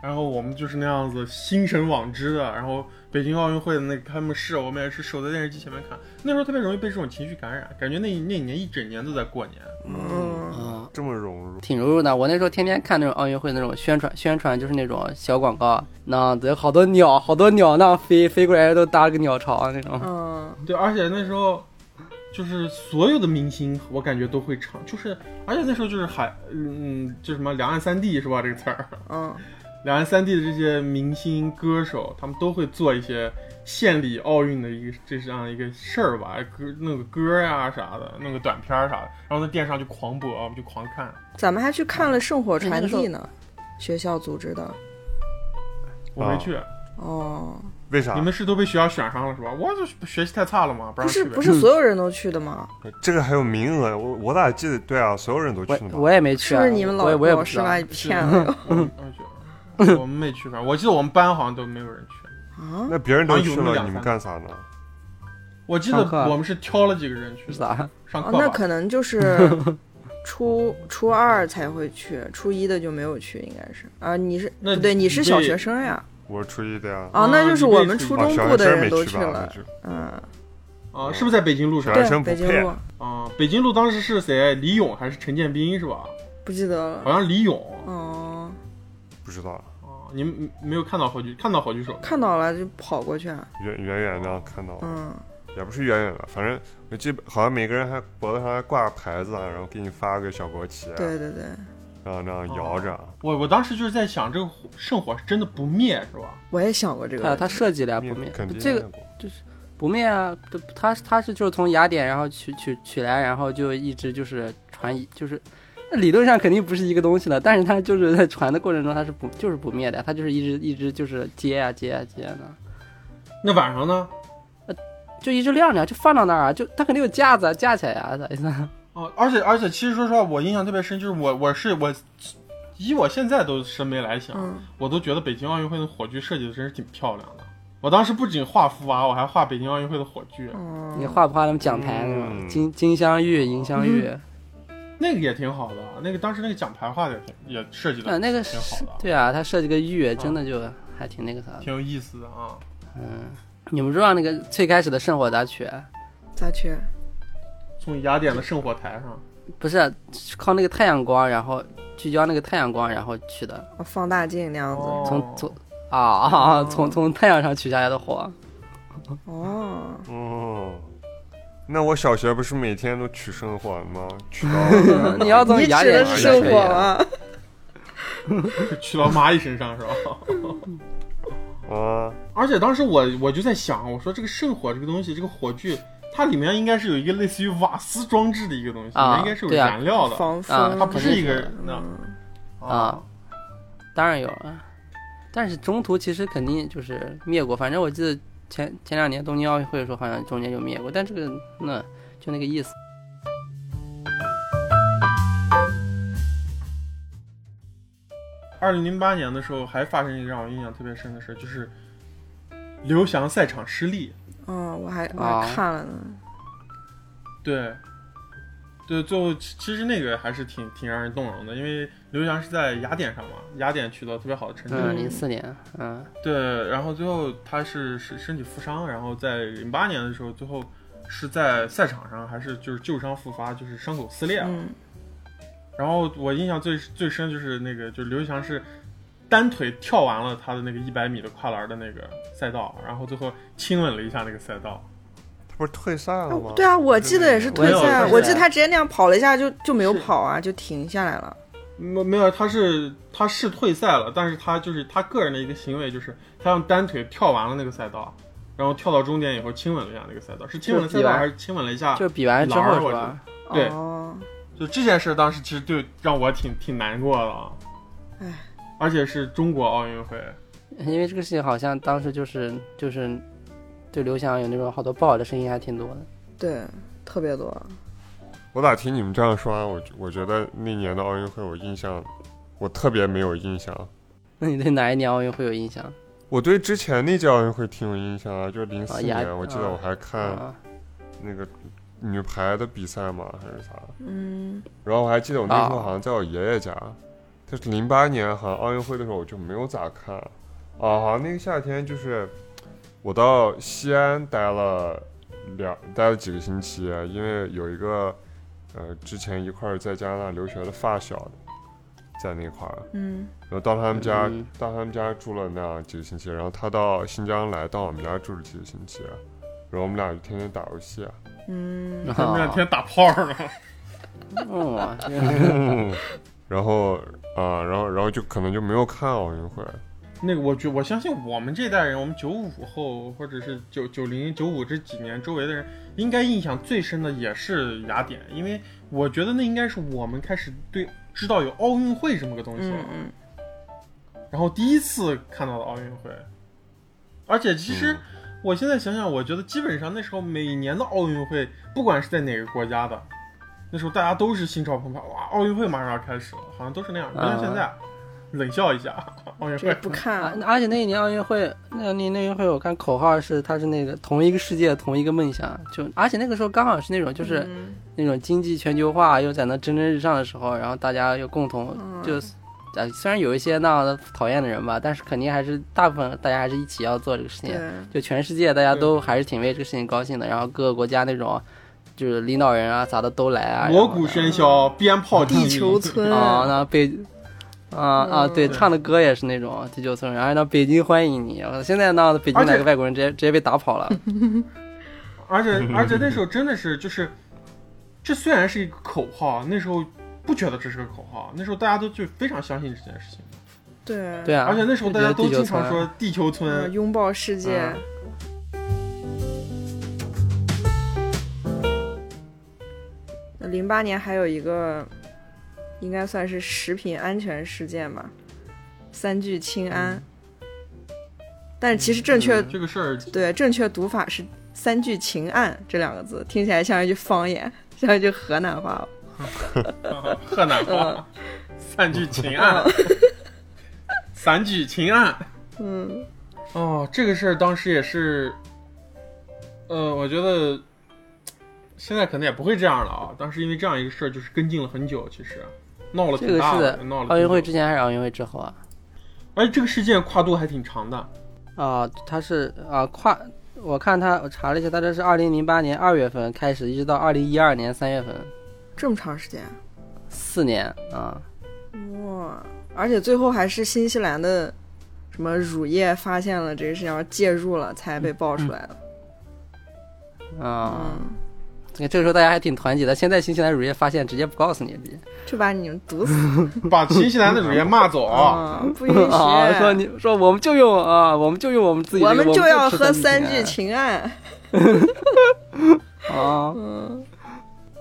S2: 然后我们就是那样子心神往之的。然后北京奥运会的那个开幕式，我们也是守在电视机前面看。那时候特别容易被这种情绪感染，感觉那一那一年一整年都在过年。
S5: 嗯
S3: 嗯，
S4: 这么融入？
S3: 挺融入的。我那时候天天看那种奥运会那种宣传，宣传就是那种小广告，那有好多鸟，好多鸟那飞飞过来都搭了个鸟巢啊那种。
S5: 嗯，
S2: 对，而且那时候就是所有的明星，我感觉都会唱，就是而且那时候就是海，嗯，就什么两岸三地是吧？这个词儿。
S5: 嗯，
S2: 两岸三地的这些明星歌手，他们都会做一些献礼奥运的一个这是这样一个事儿吧，歌弄个歌呀、啥的，弄个短片儿啥的，然后在电视上就狂播，我们就狂看。
S5: 咱们还去看了圣火传
S3: 哎那个时候
S5: 递呢，学校组织的。
S2: 我没
S4: 啊
S2: 去，
S5: 哦，
S4: 为啥
S2: 你？们是都被学校选上了是吧？我就是学习太差了嘛，不
S5: 不
S2: 让
S5: 是
S2: 去呗。
S5: 不是所有人都去的吗？
S4: 这个还有名额，我我咋记得对啊？所有人都去
S3: 我
S4: 了
S3: 我
S4: 嘛。
S3: 也没去、
S5: 是
S3: 啊，
S5: 不是你们老
S3: 我也我也
S5: 老
S3: 不知
S5: 师
S3: 道
S5: 把你
S2: [LAUGHS]
S5: 骗了？
S2: 我们我们我们没去，反正我记得我们班好像都没有人去。
S5: 啊，
S4: 那别人都去
S2: 啊有那么
S4: 了，
S2: 两
S4: 你们
S2: 三
S4: 干啥呢？
S2: 我记得
S3: 上课啊
S2: 我们是挑了几个人去
S3: 是
S2: 的，
S3: 咋？
S2: 上课
S5: 哦那
S2: 吧。啊
S5: 可能就是初初二才会去，初一的就没有去，应该是啊，你是
S2: 那
S5: 不对，你
S2: 你
S5: 是小
S2: 被
S5: 学生呀？
S4: 我初一的呀。
S5: 啊，
S2: 啊
S5: 那就是
S2: 你被
S5: 我们
S2: 处
S5: 初
S2: 理
S4: 啊，
S5: 中
S4: 小
S5: 部
S4: 学
S5: 的
S4: 生没
S5: 人都
S4: 去
S5: 去
S4: 吧？
S5: 了
S4: 那，就
S5: 嗯，
S2: 啊，是不是在北京路上
S4: 小？学生
S5: 对，
S4: 不
S5: 北京
S4: 配
S5: 路
S2: 啊，北京路当时是谁？李勇还是陈建斌是吧？
S5: 不记得
S2: 好
S5: 了，
S2: 像李勇。
S5: 哦，
S4: 不知道，
S2: 啊，你们没有看到好举看到好举手吗？
S5: 看到了就跑过去啊，
S4: 远远远的看到了，
S5: 嗯，
S4: 也不是远远的，反正我记得好像每个人还脖子上还挂牌子啊，然后给你发个小国旗，啊
S5: 对哦对对，
S4: 然后那样摇着。
S2: 我我当时就是在想，这个火圣火是真的不灭是吧？
S5: 我也想过这个
S3: 啊，
S5: 问
S3: 他
S5: 题，
S3: 设计了呀，不
S4: 面
S3: 灭
S4: 肯定
S3: 这个
S4: 见过
S3: 不灭啊，这他他是就是从雅典然后取取取来，然后就一直就是传一就是。那理论上肯定不是一个东西了，但是他就是在传的过程中，他是不就是不灭的呀，他就是一直一直就是接啊接啊接啊的，
S2: 那晚上呢？
S3: 就一直亮着啊，就放到那儿啊，就他肯定有架子啊，架起来啊，咋意思啊？ [LAUGHS]
S2: 啊，而且而且，其实说实话，我印象特别深，就是我我是我，以我现在都审美来想，
S5: 嗯，
S2: 我都觉得北京奥运会的火炬设计的真是挺漂亮的。我当时不仅画福娃、我还画北京奥运会的火炬，
S3: 嗯
S5: 哦，
S3: 你画不画他们讲台那种、
S4: 嗯
S3: 金金镶玉、银镶玉？
S2: 嗯那个也挺好的。那个当时那个奖牌画的也挺也设计的，
S3: 啊，那个
S2: 挺
S3: 是
S2: 好的，
S3: 对啊，他设计个玉，真的就还挺那个啥的。
S2: 挺有意思的啊。
S3: 嗯，你们知道那个最开始的圣火咋啊取？
S5: 咋去？
S2: 从雅典的圣火台上，
S3: 不是是靠那个太阳光，然后聚焦那个太阳光，然后取的，
S5: 哦放大镜那样子，
S2: 哦
S3: 从从啊啊啊，从从太阳上取下来的火。
S5: 哦，
S4: 哦，那我小学不是每天都取生火吗？取到
S5: [LAUGHS]
S3: 你要怎么
S5: 你
S3: 雅
S5: 指
S3: 典
S5: 的
S3: 人
S5: 是啊
S3: 就
S5: 圣
S3: 可以啊
S5: 火
S3: 了？
S5: 吗？
S2: 就去到蚂蚁身上是吧？
S4: 啊，
S2: 而且当时我我就在想，我说这个圣火这个东西，这个火炬，它里面应该是有一个类似于瓦斯装置的一个东西，
S3: 啊
S2: 里面应该是有
S3: 对啊
S2: 燃料的。
S5: 防
S3: 啊
S5: 风，
S2: 它不是一个那
S3: 啊，当然有啊，但是中途其实肯定就是灭过，反正我记得前前两年东京奥运会的时候好像中间就灭过，但这个那就那个意思。
S2: 二零零八年的时候，还发生一个让我印象特别深的事，就是刘翔赛场失利。
S5: 嗯，我还我
S3: 啊
S5: 还看了呢，
S2: 对，对，最后其其实那个还是挺挺让人动容的，因为刘翔是在雅典上嘛，雅典取得特别好的成绩。
S3: 嗯，零四年，嗯，
S2: 对，然后最后他是身身体负伤，然后在零八年的时候，最后是在赛场上还是就是旧伤复发，就是伤口撕裂了。
S5: 嗯，
S2: 然后我印象最最深就是那个，就是刘翔是单腿跳完了他的那个一百米的跨栏的那个赛道，然后最后亲吻了一下那个赛道。
S4: 他不是退赛了吗？
S5: 对啊，我记得也是退
S2: 我也
S5: 赛，
S2: 有
S5: 我记得他直接那样跑了一下就就没有
S2: 是
S5: 跑啊，就停下来了。
S2: 没没有，他是他是退赛了，但是他就是他个人的一个行为，就是他用单腿跳完了那个赛道，然后跳到终点以后亲吻了一下那个赛道，是亲吻了赛道还是亲吻了一
S5: 啊
S2: 下？
S3: 就是比完之
S2: 狼
S3: 后
S2: 儿
S3: 是
S2: 我觉
S3: 吧
S2: 得？对
S5: 哦，
S2: 就这件事，当时其实对让我挺挺难过的啊。
S5: 唉，
S2: 而且是中国奥运会，
S3: 因为这个事情好像当时就是就是对刘翔有那种好多不好的声音还挺多的。
S5: 对，特别多。
S4: 我咋听你们这样说、啊，我我觉得那年的奥运会，我印象我特别没有印象。
S3: 那你对哪一年奥运会有印象？
S4: 我对之前那届奥运会挺有印象啊，就是零
S3: 啊
S4: 四
S3: 也
S4: 年，
S3: 还
S4: 我记得哦
S3: 啊
S4: 我还
S2: 哦
S4: 看
S3: 啊，
S4: 那个女排的比赛嘛，还是啥。
S5: 嗯，
S4: 然后我还记得我那时候
S3: 啊
S4: 好像在我爷爷家，就是零八年好像奥运会的时候我就没有咋看，啊，好像那个夏天就是我到西安待了两待了几个星期，因为有一个呃之前一块儿在加拿大留学的发小在那块儿，
S5: 嗯，
S4: 然后到他们家、
S3: 嗯
S4: 到他们家住了那样几个星期，然后他到新疆来到我们家住了几个星期，啊然后我们俩就天天打游戏，啊
S5: 嗯，
S2: 他们
S3: 啊
S2: 俩天天打炮呢。 [LAUGHS]
S3: 哦，
S4: 然后啊、然后然后就可能就没有看奥运会。
S2: 那个我觉我相信我们这代人，我们九五后或者是九九零九五这几年周围的人，应该印象最深的也是雅典，因为我觉得那应该是我们开始对知道有奥运
S5: 嗯
S2: 会这么个东西了，
S5: 嗯嗯，
S2: 然后第一次看到的奥运会，而且其实我现在想想，我觉得基本上那时候每年的奥运会，不管是在哪个国家的，那时候大家都是心潮澎湃，哇，奥运会马上要开始了，好像都是那样，不像现在，冷笑一下， [LAUGHS] 奥运
S5: 这
S2: 会
S5: 不看
S3: 啊
S5: 啊，
S3: 而且那一年奥运会，那年那运会我看口号是它是那个同一个世界同一个梦想，就而且那个时候刚好是那种就是
S5: 嗯
S3: 那种经济全球化又在那蒸蒸日上的时候，然后大家又共同
S5: 嗯
S3: 就，啊虽然有一些那样的讨厌的人吧，但是肯定还是大部分大家还是一起要做这个事情就
S5: 对，，
S3: 全世界大家都还是挺为这个事情高兴的，然后各个国家那种就是领导人啊啥的都来啊，
S2: 锣鼓喧嚣，鞭炮震
S5: 地
S2: 鸣
S5: 球村
S3: 然后啊，那北啊啊
S5: 嗯
S3: 对，唱的歌也是那种地球村，然后呢北京欢迎你，啊我现在那北京
S2: 而且
S3: 来个外国人直接直接被打跑
S2: [LAUGHS]
S3: 了，
S2: 而且而且那时候真的是就是，这虽然是一个口号，那时候不觉得这是个口号，那时候大家都就非常相信这件事情。
S5: 对
S3: 对啊，
S2: 而且那时候大家都经
S3: 就觉得地球
S2: 常
S3: 村
S2: 说地球
S5: 嗯
S2: 村，
S5: 拥抱世界
S2: 嗯，
S5: 嗯零八年还有一个，应该算是食品安全事件吧，三聚氰胺。嗯但是其实正确、
S2: 嗯这个事儿
S5: 对正确读法是三聚氰胺这两个字，听起来像一句方言，像一句河南话。
S2: [LAUGHS] 河南话
S5: 嗯，
S2: 三聚氰胺，
S3: 嗯
S2: [LAUGHS] 三聚氰胺。
S5: 嗯，
S2: 哦，这个事儿当时也是，呃，我觉得现在可能也不会这样了啊。当时因为这样一个事儿，就是跟进了很久，其实闹了
S3: 这
S2: 挺
S3: 个
S2: 大
S3: 是
S2: 的，啊闹了
S3: 奥运会
S2: 挺久
S3: 之前还是奥运会之后啊？
S2: 而且这个事件跨度还挺长的。
S3: 啊，他是啊跨，我看他我查了一下，他这是二零零八年二月份开始，一直到二零一二年三月份，
S5: 这么长时间，啊
S3: 四年啊。
S5: 哇！嗯而且最后还是新西兰的什么乳业发现了这个事情，然后介入了，才被爆出来的。
S3: 啊、
S5: 嗯，
S3: 这个这个时候大家还挺团结的。现在新西兰乳业发现，直接不告诉你，直接
S5: 就把你们毒死
S2: 把新西兰的主业骂走，
S5: 啊！不允许，
S3: [LAUGHS] 啊，说你说我们就用啊，我们就用我们自己这个、
S5: 我
S3: 们
S5: 们就要喝
S3: 吃
S5: 三
S3: 三 [LAUGHS]
S5: 聚氰胺。
S3: 胺啊。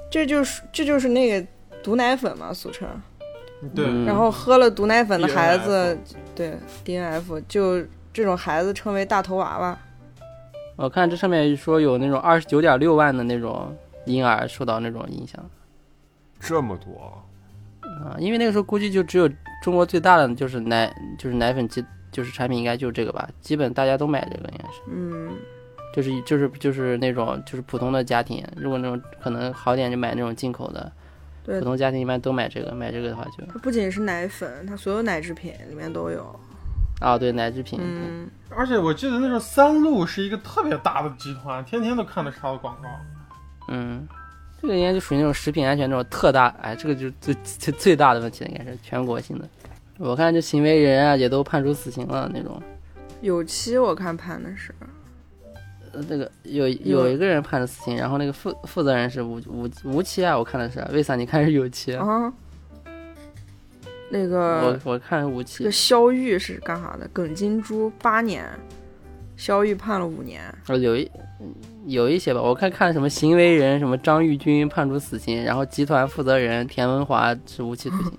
S5: 这就是这就是那个毒奶粉嘛，俗称。
S2: 对，
S3: 嗯
S5: 然后喝了毒奶粉的孩子
S2: DNF，
S5: 对 DNF，就这种孩子称为大头娃娃。
S3: 我看这上面说有那种二十九点六万的那种婴儿受到那种影响
S4: 这么多，
S3: 啊，因为那个时候估计就只有中国最大的就是奶就是奶粉基就是产品应该就是这个吧，基本大家都买这个应该是。
S5: 嗯，
S3: 就是就是就是那种就是普通的家庭，如果那种可能好点就买那种进口的，
S5: 对
S3: 普，通家庭一般都买这个，买这个的话就
S5: 它不仅是奶粉，它所有奶制品里面都有。
S3: 啊对奶制品，
S5: 嗯，
S2: 而且我记得那时候三鹿是一个特别大的集团，天天都看的是它的广告。
S3: 嗯，这个应该就属于那种食品安全那种特大，哎，这个就是最最最大的问题了，应该是全国性的。我看这行为人啊也都判处死刑了那种，
S5: 有期我看判的是，
S3: 呃，那个有
S5: 有
S3: 有一个人判了死刑，然后那个负负责人是无无无期啊，我看的是，为啥你看是有期？
S5: 啊，那
S3: 我
S5: 个
S3: 我哦看是无期
S5: 这个，肖玉是干啥的？耿金珠八年，肖玉判了五年。
S3: 呃，有一有一些吧，我看看什么行为人什么张玉军判处死刑，然后集团负责人田文华是无期徒刑。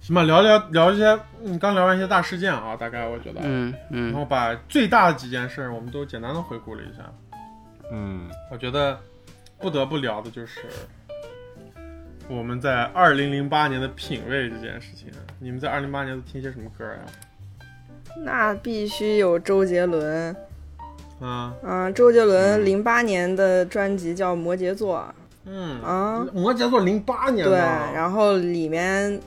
S2: 行吧，聊聊聊一些，嗯，刚聊完一些大事件啊，大概我觉得，
S3: [LAUGHS] 嗯
S2: 然
S3: 嗯
S2: 后把最大的几件事儿我们都简单的回顾了一下。
S4: 嗯，
S2: 我觉得不得不聊的就是我们在二零零八年的品味这件事情。你们在二零零八年都听些什么歌呀、
S5: 那必须有周杰伦，
S2: 啊？
S5: 啊，周杰伦零八年的专辑叫《摩羯座
S2: 嗯》
S5: 啊，
S2: 摩羯座零八年
S5: 对，
S2: 的，
S5: 然后里面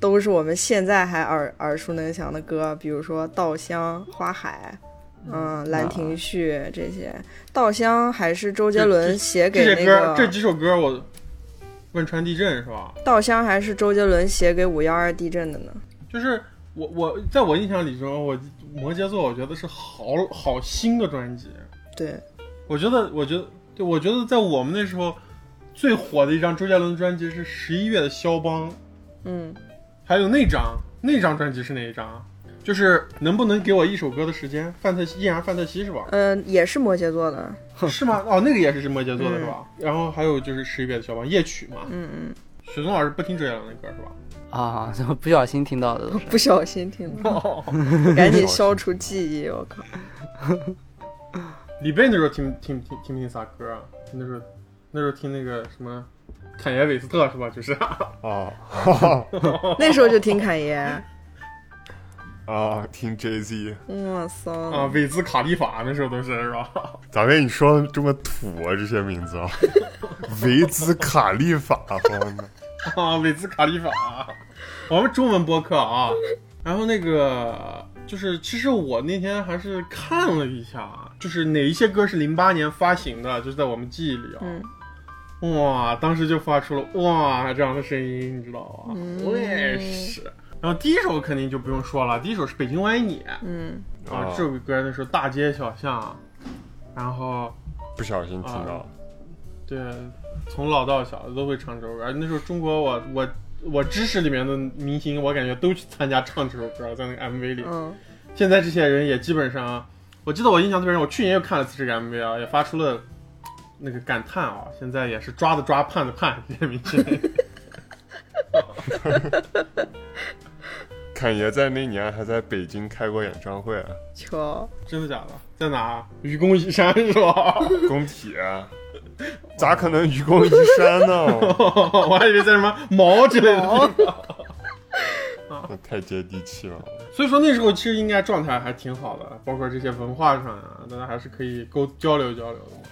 S5: 都是我们现在还耳耳熟能详的歌，比如说《稻香》《花海》。嗯，《兰亭序》这些，《稻香》还是周杰伦写
S2: 这
S5: 给
S2: 些
S5: 那
S2: 歌、
S5: 个
S2: 这几首歌我汶川地震是吧？
S5: 《稻香》还是周杰伦写给五幺二地震的呢？
S2: 就是我我在我印象里中，我摩羯座我觉得是好好新的专辑，
S5: 对，
S2: 我觉得，我觉得，对，我觉得在我们那时候最火的一张周杰伦专辑是十一月的《肖邦》，
S5: 嗯，
S2: 还有那张那张专辑是哪一张？啊就是能不能给我一首歌的时间？范特西，依然范特西是
S5: [LAUGHS]
S2: 吧？
S5: 呃，也是摩羯座的， [LAUGHS]
S2: 是吗？哦，那个也是是摩羯座的是吧？然后还有就是十一月的肖邦夜曲嘛，
S5: 嗯嗯嗯，
S2: 许嵩老师不听这样的歌是吧？
S3: 啊， [LAUGHS] 不小心听到的都是。
S5: 不小心听
S2: [LAUGHS]
S5: 到，赶紧消除记忆。我靠，
S2: 李贝那时候听听听听不听啥歌啊？那时候那时候听那个什么坎耶韦斯特是吧？就是
S4: 啊哈哈
S5: 那时候就听侃爷，
S4: 啊，听 Jay Z，
S5: 哇塞，
S2: 啊，韦兹卡利法那时候都是是吧？
S4: 咋被你说得这么土啊？这些名字啊，维兹卡利法，我的
S2: 啊，韦兹卡利法，我们中文播客啊。然后那个就是，其实我那天还是看了一下，啊就是哪一些歌是零八年发行的，就是在我们记忆里啊。
S5: 嗯
S2: 哇，当时就发出了哇这样的声音，你知道吧？
S5: 嗯
S2: 我也是。然后第一首肯定就不用说了，第一首是《北京湾你》
S5: 嗯，
S2: 啊，
S4: 啊
S2: 这首歌那时候大街小巷，然后
S4: 不小心听到了
S2: 对，从老到小都会唱这首歌。而那时候中国我我我知识里面的明星，我感觉都去参加唱这首歌，在那个 MV 里。
S5: 嗯，
S2: 现在这些人也基本上，我记得我印象特别深，我去年又看了一次这个 MV 啊，也发出了那个感叹啊，现在也是抓的抓，盼的盼，这些明星。 [LAUGHS]
S4: 侃爷在那年还在北京开过演唱会，
S5: 瞧，
S2: 真的假的？在哪儿？愚公移山是吧？ [LAUGHS]
S4: 工体，啊咋可能愚公移山呢？
S2: [LAUGHS] 我还以为在什么毛之类的地方。
S4: 那太接地气了。
S2: [LAUGHS] 所以说那时候其实应该状态还挺好的，包括这些文化上呀、大家还是可以沟交流交流的嘛。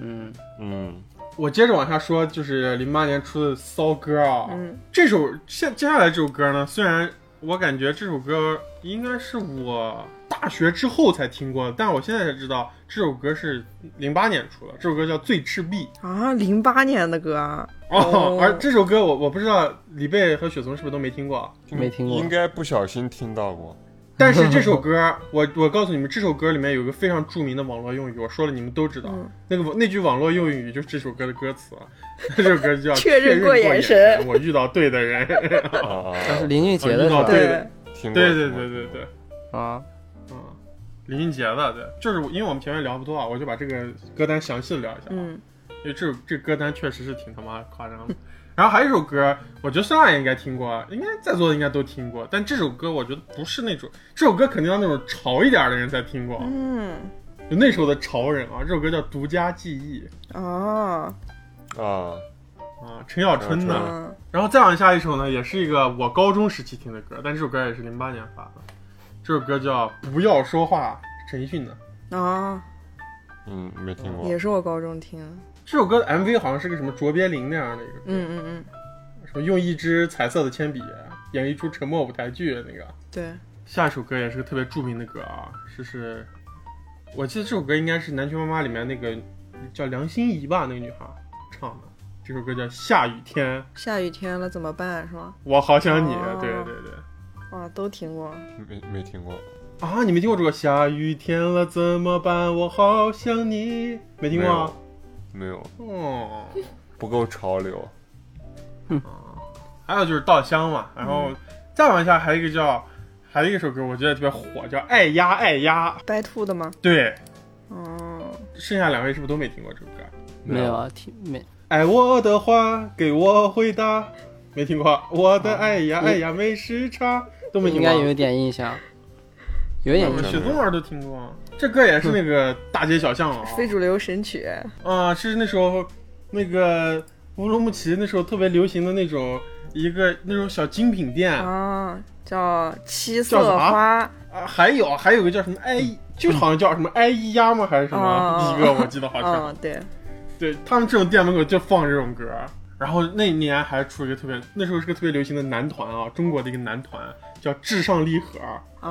S3: 嗯，
S4: 嗯，
S2: 我接着往下说，就是零八年出的骚歌啊，
S5: 嗯
S2: 这首下接下来这首歌呢，虽然我感觉这首歌应该是我大学之后才听过的，但我现在才知道这首歌是零八年出的，这首歌叫《醉赤壁》
S5: 啊，零八年的歌啊，
S2: 哦
S5: 哦，
S2: [LAUGHS] 而这首歌我我不知道李贝和雪松是不是都没听过啊，
S3: 没听过
S4: 应。该不小心听
S2: [LAUGHS]
S4: 到过。
S2: 但是这首歌， [LAUGHS] 我我告诉你们，这首歌里面有一个非常著名的网络用语，我说了你们都知道，
S5: 嗯
S2: 那个那句网络用语就是这首歌的歌词，啊 [LAUGHS] 这首歌就叫
S5: 确认过
S2: 眼
S5: 眼神
S2: 我遇到对的人，
S4: 啊啊，
S3: 那是 [LAUGHS] 林俊杰的是
S2: 哦
S3: 吧？
S2: 对
S5: 对
S2: 的，
S4: 听过。
S2: 对对
S4: 听过
S2: 对对对，，
S3: 啊，
S2: 嗯，林俊杰的，对，就是我因为我们前面聊不多啊，我就把这个歌单详细地聊一下，
S5: 嗯，
S2: 因为这首这歌单确实是挺他妈夸张的。然后还有一首歌，我觉得孙娜也应该听过，啊应该在座的应该都听过，但这首歌我觉得不是那种，这首歌肯定要那种潮一点的人才听过，啊
S5: 嗯，
S2: 就那时候的潮人啊，这首歌叫《独家记忆
S5: 啊，
S4: 啊，》
S2: 啊，陈小春
S4: 陈小
S2: 的。
S4: 春
S5: 嗯，
S2: 然后再往下一首呢，也是一个我高中时期听的歌，但这首歌也是零八年发的。这首歌叫《不要说话》，陈奕迅的。
S5: 啊，
S4: 嗯，没听过
S5: 也。是我高中听，
S2: 这首歌的 MV 好像是个什么卓别林那样的一个，
S5: 嗯嗯嗯，
S2: 什么用一支彩色的铅笔演绎出沉默舞台剧那个。
S5: 对，
S2: 下一首歌也是个特别著名的歌啊，是是，我记得这首歌应该是《南拳妈妈》里面那个叫梁心颐吧，那个女孩唱的。这首歌叫《下雨天》。
S5: 下雨天了怎么办是吗？
S2: 我好想你，
S5: 哦
S2: 对对对。
S5: 哇，都听过，
S4: 没没听过，
S2: 啊，你没听过这个？下雨天了怎么办？我好想你，没听过啊？
S4: 没有，
S2: 哦，
S4: 不够潮流。
S2: 还有就是稻香嘛，然后再往下还有一个叫，还有一首歌我觉得特别火，叫《爱呀爱呀》。
S5: 白兔的吗？
S2: 对，
S5: 哦，
S2: 剩下两位是不是都没听过这首歌？
S3: 没有啊，听没
S2: 爱我的话，给我回答，没听过。啊我的爱呀
S3: 嗯
S2: 爱呀没时差，都没
S3: 应
S2: 听过
S3: 该
S2: 啊。嗯
S3: 有一点印象，有一点
S2: 我
S3: 印
S2: 们
S3: 象。
S2: 雪松老师都听过啊，这歌也是那个大街小巷啊。
S5: 非主流神曲，
S2: 啊、是那时候那个乌鲁木齐那时候特别流行的那种一个那种小精品店啊
S5: 啊，叫七
S2: 叫
S5: 色
S2: 啥
S5: 花，
S2: 还有还有个叫什么埃，就好像叫什么埃伊鸭吗？还是什么
S5: 哦？
S2: 一个我记得好像，
S5: 嗯，对，
S2: 对他们这种店门口就放这种歌。然后那年还出了一个特别，那时候是个特别流行的男团啊，中国的一个男团叫至上励合，
S5: 啊，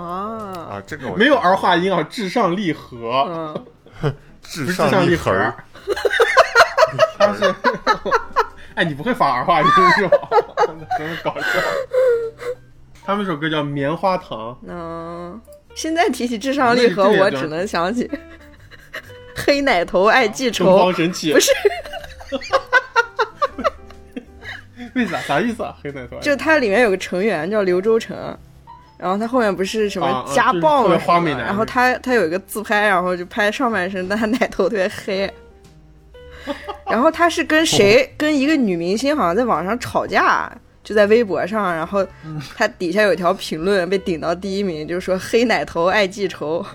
S4: 啊，这个我
S2: 没有儿化音啊，至上励合，
S5: 嗯，
S4: 至
S2: 不是至上
S4: 上
S2: 励
S4: 励
S2: 合
S4: 合
S2: 儿
S4: 儿，，
S2: [LAUGHS] 他是， [LAUGHS] 哎，你不会发儿化音是吧？ [LAUGHS] 真搞笑。他们一首歌叫《棉花糖 [LAUGHS]
S5: 嗯，现在提起至上励合，
S2: 那个
S5: 我
S2: 这个
S5: 只能想起 [LAUGHS] 黑奶头爱记》，
S2: 东
S5: 仇
S2: 方，神起
S5: 不。是，
S2: [LAUGHS] 为啥？啥意思啊？黑奶头？
S5: 就它里面有个成员叫刘洲成，然后他后面不是什
S2: 啊
S5: 么
S2: 啊
S5: 家
S2: 就是
S5: 暴
S2: 特别
S5: 了、
S2: 花美男
S5: 然后他他有一个自拍，然后就拍上半身，但他奶头特别黑，然后他是跟
S2: 哦
S5: 谁，跟一个女明星好像在网上吵架，就在微博上，然后
S2: 嗯
S5: 他底下有一条评论被顶到第一名，就是说黑奶头爱记仇，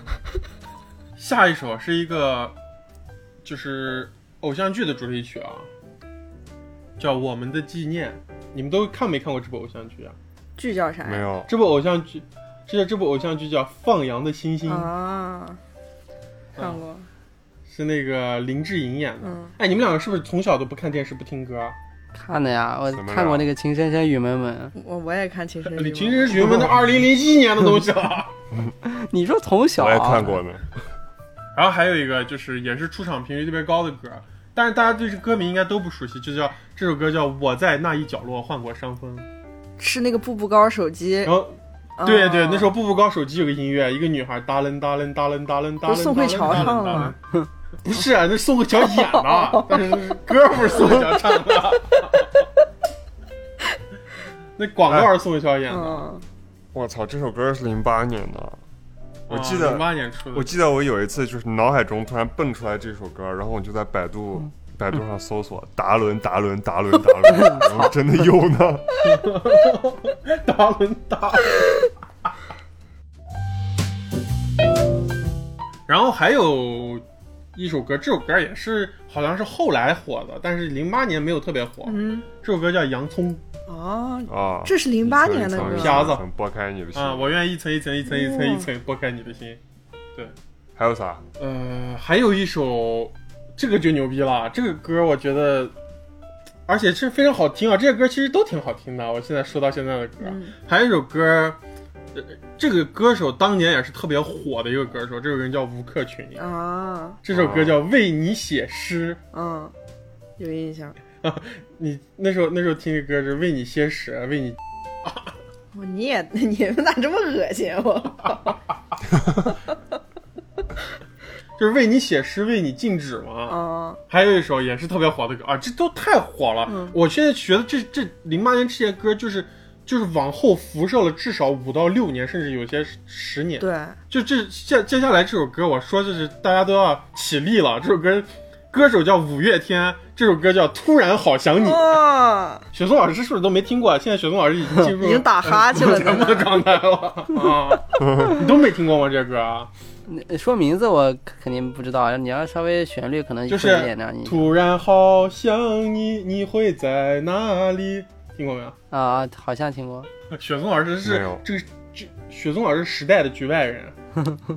S2: 下一首是一个就是偶像剧的主题曲啊，叫《我们的纪念》。你们都看没看过这部偶像剧啊？
S5: 剧叫啥呀？
S4: 没有，
S2: 这部偶像剧，这这部偶像剧叫《放羊的星星》，嗯
S5: 啊，看过，
S2: 是那个林志颖演的。
S5: 嗯，
S2: 哎，你们两个是不是从小都不看电视、不听歌啊？
S3: 看的呀，我
S4: 怎么
S3: 看过
S4: 了
S3: 那个《情深深雨蒙 [LAUGHS] 蒙
S5: 我我也看《情深深
S2: 李
S5: 雨
S2: 呃其
S5: 蒙
S2: 实询问都二零零一年的东西啊了。》，
S3: 你说从
S2: 啊
S3: 小啊
S4: 我也看过呢。
S2: 然后还有一个就是也是出场频率特别高的歌，但是大家对这歌名应该都不熟悉，就叫这首歌叫《我在那一角落患过伤风》。
S5: 是那个步步高手机啊
S2: 然，后哦对对，那时候
S5: 候
S2: 步步高手机有个音乐，一个女孩哒楞哒楞哒楞哒楞哒
S5: 不
S2: 楞，
S5: 是宋慧乔唱的吗
S2: 吗？不是，那是宋慧乔演的，但是歌不是宋慧乔唱的。那广告是宋慧乔演的，
S5: 嗯，
S4: 我操，这首歌是零八年的，我记得
S2: 啊零八年出的。
S4: 我记得我有一次就是脑海中突然蹦出来这首歌，然后我就在百度、
S5: 嗯
S4: 百度上搜索达伦达伦达伦达
S5: [LAUGHS]
S4: 伦，然后真的有呢。
S2: 达伦达。然后还有一首歌，这首歌也是好像是后来火的，但是零八年没有特别火。
S5: 嗯，
S2: 这首歌叫《洋葱
S5: 哦，
S4: 啊，
S5: 这是零八年的
S4: 一层一
S5: 歌，
S2: 匣子
S4: 层拨开你的》心
S2: 啊，我愿意一层一层一层一层一层拨开你的心。
S4: 还有啥？
S2: 呃，还有一首，这个就牛逼了，这个歌我觉得，而且是非常好听啊。这些歌其实都挺好听的，我现在说到现在的歌。
S5: 嗯
S2: 还有一首歌，呃，这个歌手当年也是特别火的一个歌手，这个人叫吴克群。
S5: 啊，
S2: 这首歌叫《为你写诗
S5: 嗯，有印象，》，
S2: 你那时候那时候听这歌是为你歇屎，为你
S5: 我你也你们咋这么恶心我？
S2: 就是为你写诗，为你静止嘛。
S5: 啊，
S2: 还有一首也是特别火的歌啊，这都太火了。
S5: 嗯
S2: 我现在觉得这这零八年这些歌就是就是往后辐射了至少五到六年，甚至有些十年。
S5: 对，
S2: 就这接接下来这首歌，我说就是大家都要起立了。这首歌歌手叫五月天，这首歌叫《突然好想你》。
S5: 哦，
S2: 雪松老师是不是都没听过？现在雪松老师已经进入
S5: 已经
S2: [LAUGHS]
S5: 打哈欠了，
S2: 咱们的状态了啊！你都没听过吗？这歌啊，
S3: 你说名字我肯定不知道，你要稍微旋律可能
S2: 就是
S3: 会有点那样印象
S2: 突然好想你，你会在哪里？听过没有？
S3: 啊，好像听过。
S2: 雪松老师
S4: 没
S2: 是
S4: 有
S2: 这个这雪松老师时代的局外人。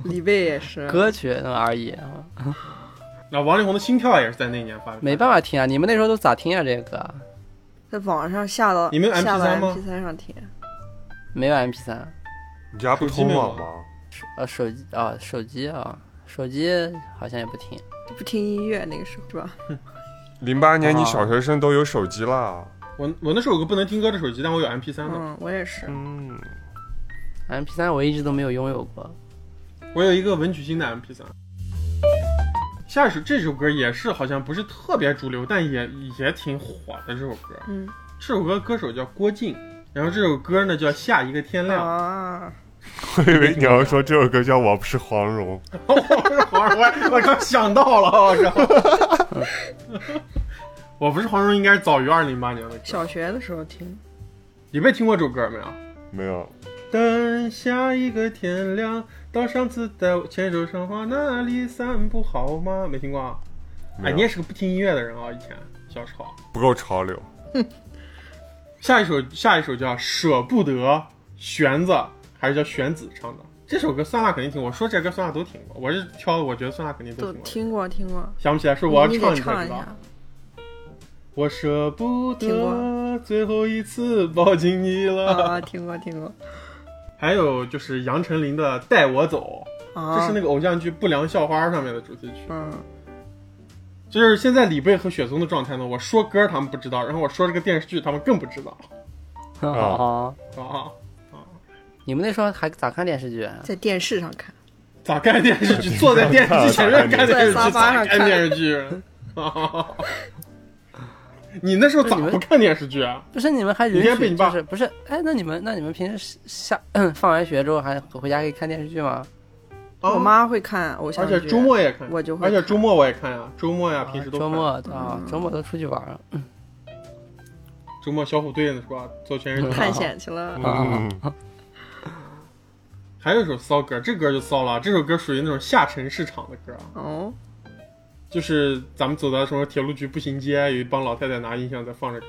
S5: 李贝也是，
S3: 歌曲那而已，啊
S2: 那王力宏的《心跳》也是在那年发的，
S3: 没办法听啊！你们那时候都咋听啊？这个歌
S5: 在网上下到
S2: 你们有
S5: 下到
S2: MP3 吗
S5: MP 三上听，
S3: 没有 MP 三，
S4: 你家不通网吗？
S3: 呃，手机啊，手机啊，手机好像也不听。
S5: 就不听音乐那个时候是吧？
S4: 零八年你
S3: 啊
S4: 小学生都有手机啦。
S2: 我我那时候有个不能听歌的手机，但我有 MP 3的。
S5: 嗯，我也是，
S4: 嗯，
S3: MP 三我一直都没有拥有过。
S2: 我有一个文曲星的 MP 3下一首这首歌也是好像不是特别主流，但也也挺火的这首歌。
S5: 嗯
S2: 这首歌歌手叫郭靖，然后这首歌呢叫《下一个天亮》。
S5: 啊，
S4: 我以为你要说这首歌叫《我不是黄蓉》，
S2: 我不是黄蓉，我我刚想到了，我靠！ [LAUGHS] 我不是黄蓉，应该是早于二零零八年的歌。
S5: 小学的时候听，
S2: 你们听过这首歌没有？
S4: 没有。
S2: 等下一个天亮，到上次在牵手赏花那里散步好吗？没听过啊？
S4: 没
S2: 哎，
S4: 有
S2: 你也是个不听音乐的人啊！以前小时候。
S4: 不够潮流。
S2: 下一首，下一首叫《舍不得》，玄子还是叫玄子唱的。这首歌酸辣肯定听过，我说这歌酸辣都听过，我是挑我觉得酸辣肯定都
S5: 都
S2: 听过。
S5: 听过听过，
S2: 想不起来，是我要
S5: 你
S2: 唱
S5: 给
S2: 你才
S5: 唱一
S2: 知道。
S5: 下，
S2: 我舍不
S5: 听
S2: 得
S5: 过
S2: 最后一次抱紧你了。
S5: 啊，听过听过，
S2: 还有就是杨丞琳的《带我走》，
S5: 啊，
S2: 这是那个偶像剧《不良校花》上面的主题曲。
S5: 嗯，
S2: 就是现在李贝和雪松的状态呢，我说歌他们不知道，然后我说这个电视剧他们更不知道
S3: 哦，
S2: 啊。
S3: [LAUGHS] 你们那时候还咋看电视剧？啊？
S5: 在电视上看，
S2: 咋看电视 [LAUGHS] 剧？坐在电视机前面看电视剧，
S5: 在沙发上
S2: 咋
S5: 看
S2: 看电视剧。啊你那时候咋不看电视剧啊？
S3: 不是你们还
S2: 你
S3: 允
S2: 先被
S3: 许
S2: 你爸
S3: 就是不是？ [COUGHS] 哎，那你们那你们平时下放完学之后还回家可以看电视剧吗？
S5: 我妈会看偶像
S2: 啊而
S5: 剧，
S2: 且周末也看，
S5: 我就会
S2: 而且周末我也看呀，周末呀，平时都看
S3: 周
S2: 嗯
S3: 末啊，周末都出去玩儿
S2: 周末小虎队呢是吧？做全啊身
S5: 探险去了。
S4: 嗯，
S2: 还有一首骚歌，这歌就骚了，这首歌属于那种下沉市场的歌啊，
S5: 哦，
S2: 就是咱们走到什么铁路局步行街，有一帮老太太拿音响在放着歌，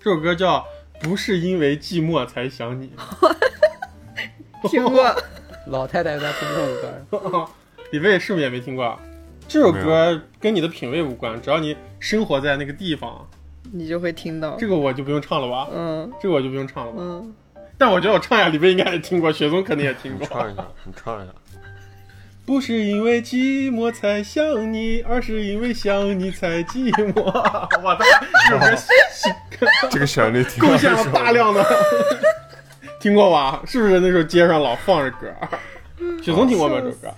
S2: 这首歌叫《不是因为寂寞才想你》， [LAUGHS]
S5: 听 [LAUGHS] 过，
S3: 老太太在听这首歌儿，
S2: 李卫是不是也没听过啊？这首歌跟你的品味无关，只要你生活在那个地方，
S5: 你就会听到。
S2: 这个我就不用唱了吧，
S5: 嗯
S2: 这个我就不用唱了吧。
S5: 嗯，
S2: 但我觉得我唱一下，李卫应该也听过，雪松肯定也听
S4: 你
S2: 过。 [LAUGHS]
S4: 唱一下，你唱一下，
S2: 不是因为寂寞才想你，而是因为想你才寂寞。 [LAUGHS] 我操，这首歌
S4: 这个旋
S2: [LAUGHS]
S4: 律挺好
S2: 贡献了大量的， [LAUGHS] 听过吧？是不是那时候街上老放着歌？ [LAUGHS] 雪松听过吗？这首歌？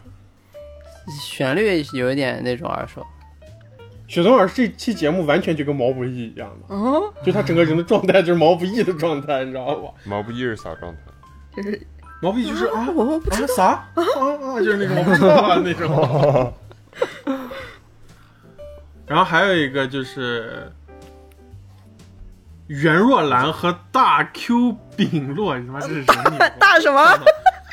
S3: 旋律有一点那种耳熟。
S2: 雪松老师这期节目完全就跟毛不易一样的，
S5: 哦，
S2: 就他整个人的状态就是毛不易的状态，你知道吧？
S4: 毛不易是啥状态？
S5: 就是
S2: 毛不易就是啊
S5: 我不
S2: 啊啥啊啊，就是那种我不知道啊那种。 [LAUGHS] 然后还有一个就是袁若兰和大 Q 丙洛，你他妈这是什么名字？
S5: 大什么？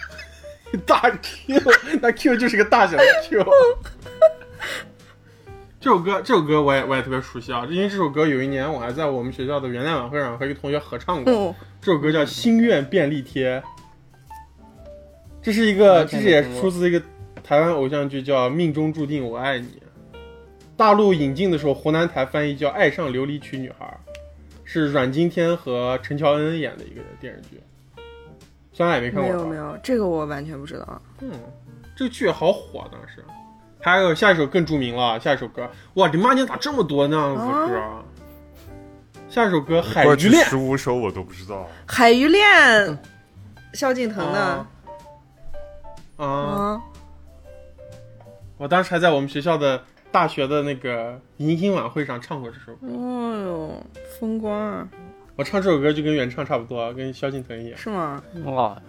S2: [LAUGHS] 大 Q，那 Q 就是个大写的 Q。这首歌，这首歌我也我也特别熟悉啊，因为这首歌有一年我还在我们学校的元旦晚会上和一个同学合唱过。
S5: 嗯，
S2: 这首歌叫《心愿便利贴》，这是一个，
S3: 嗯
S2: 这是也出自一个台湾偶像剧叫《命中注定我爱你》，大陆引进的时候，湖南台翻译叫《爱上琉璃曲女孩》，是阮经天和陈乔恩演的一个电视剧，虽然也没看
S5: 没
S2: 过。
S5: 有没有，这个我完全不知道。
S2: 嗯，这个剧好火啊当时。还有下一首更著名了，下一首歌，哇，你妈你咋这么多那样子的歌啊？下一首歌《海
S4: 过
S2: 鱼
S4: 去
S2: 恋》
S4: 十五首我都不知道，
S5: 海鱼恋，萧敬腾的
S2: 啊。啊！
S5: 啊，
S2: 我当时还在我们学校的大学的那个迎新晚会上唱过这首歌，
S5: 哦哟，风光啊，
S2: 我唱这首歌就跟原唱差不多，跟萧敬腾一样。
S5: 是吗？
S3: 哇，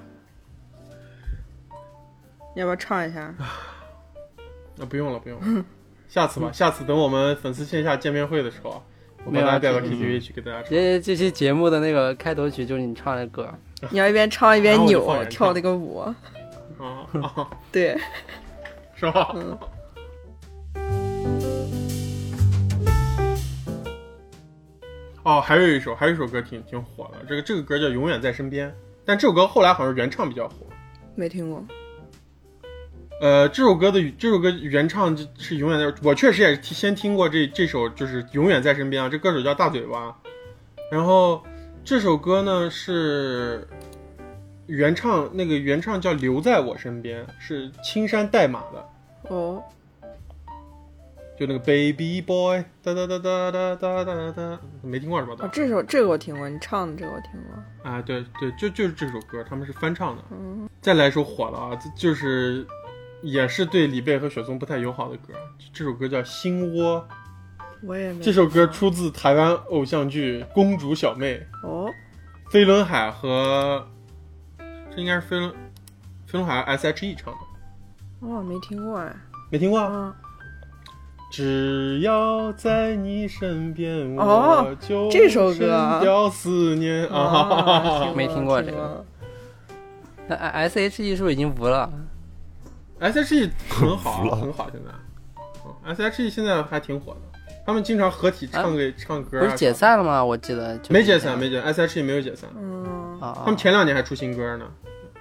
S5: 要不要唱一 [LAUGHS] 下？
S2: 啊，不用了，不用了， [LAUGHS] 下次吧，下次等我们粉丝线下见面会的时候，我
S3: 没
S2: 把
S3: 有
S2: 大家
S3: 问题
S2: 带到 KTV 去给大家唱。
S3: 这这期节目的那个开头曲就是你唱的歌，
S5: 你要一边唱一边
S2: 然后我就放
S5: 扭，
S2: 原
S5: 跳
S2: 唱
S5: 那个舞。
S2: 啊啊， [LAUGHS]
S5: 对，
S2: 是吧？哦，还有一首，还有一首歌挺挺火的，这个这个歌叫《永远在身边》，但这首歌后来好像原唱比较火。
S5: 没听过。
S2: 呃，这首歌的这首歌原唱就是永远在，我确实也是听先听过这这首，就是《永远在身边》啊，这歌手叫大嘴巴。然后这首歌呢是原唱，那个原唱叫《留在我身边》，是青山代码的。
S5: 哦，
S2: 就那个 Baby Boy，哒哒哒哒哒哒哒哒，没听过是吧？
S5: 哦，这首这个我听过，你唱的这个我听过。
S2: 啊，对对，就就是这首歌，他们是翻唱的。
S5: 嗯
S2: 再来一首火的啊，这就是也是对李贝和雪松不太友好的歌，这首歌叫《心窝》，
S5: 我也没
S2: 这首歌出自台湾偶像剧《公主小妹》，
S5: 哦，
S2: 飞轮海和这应该是飞轮飞轮海 S.H.E E 唱的，
S5: 哦，没听过哎。
S2: 没听过啊？
S5: 啊，
S2: 只要在你身边，
S5: 哦
S2: 我就
S5: 这首歌啊
S2: 神雕思念 [LAUGHS] 啊
S3: 没听过这个
S5: 个。
S3: 那 S H E 是不是已经无了？
S2: ！S.H.E 很好
S4: 服
S2: 啊，
S4: 了
S2: 很好，现在、嗯、S.H.E 现在还挺火的，他们经常合体唱个、唱歌、啊，
S3: 不是解散了吗？我记得就
S2: 没解散，没解散，S.H.E 没有解散，
S5: 嗯，
S3: 啊
S2: 他们前两年还出新歌呢。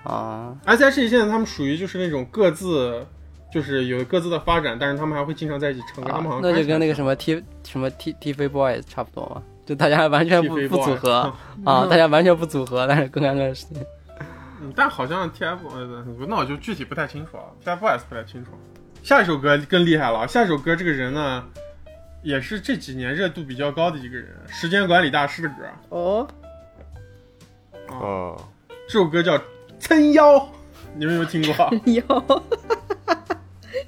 S3: 啊
S2: S.H.E 现在他们属于就是那种各自就是有各自的发展，但是他们还会经常在一起唱歌，他们好
S3: 啊
S2: 像
S3: 那就跟那个
S2: 么
S3: 什么 T 什么 T T F Boys 差不多嘛，就大家完全不不组合
S2: [LAUGHS]
S3: 啊，大家完全不组合，但是更干个事情。
S2: 嗯，但好像 TF，呃那我就具体不太清楚啊，TFBOYS 不太清楚。下一首歌更厉害了，啊下一首歌这个人呢，也是这几年热度比较高的一个人，时间管理大师的歌。
S5: 哦，
S4: 啊，
S2: 这首歌叫《撑腰》，你们有没有听过？啊
S5: 有， [LAUGHS]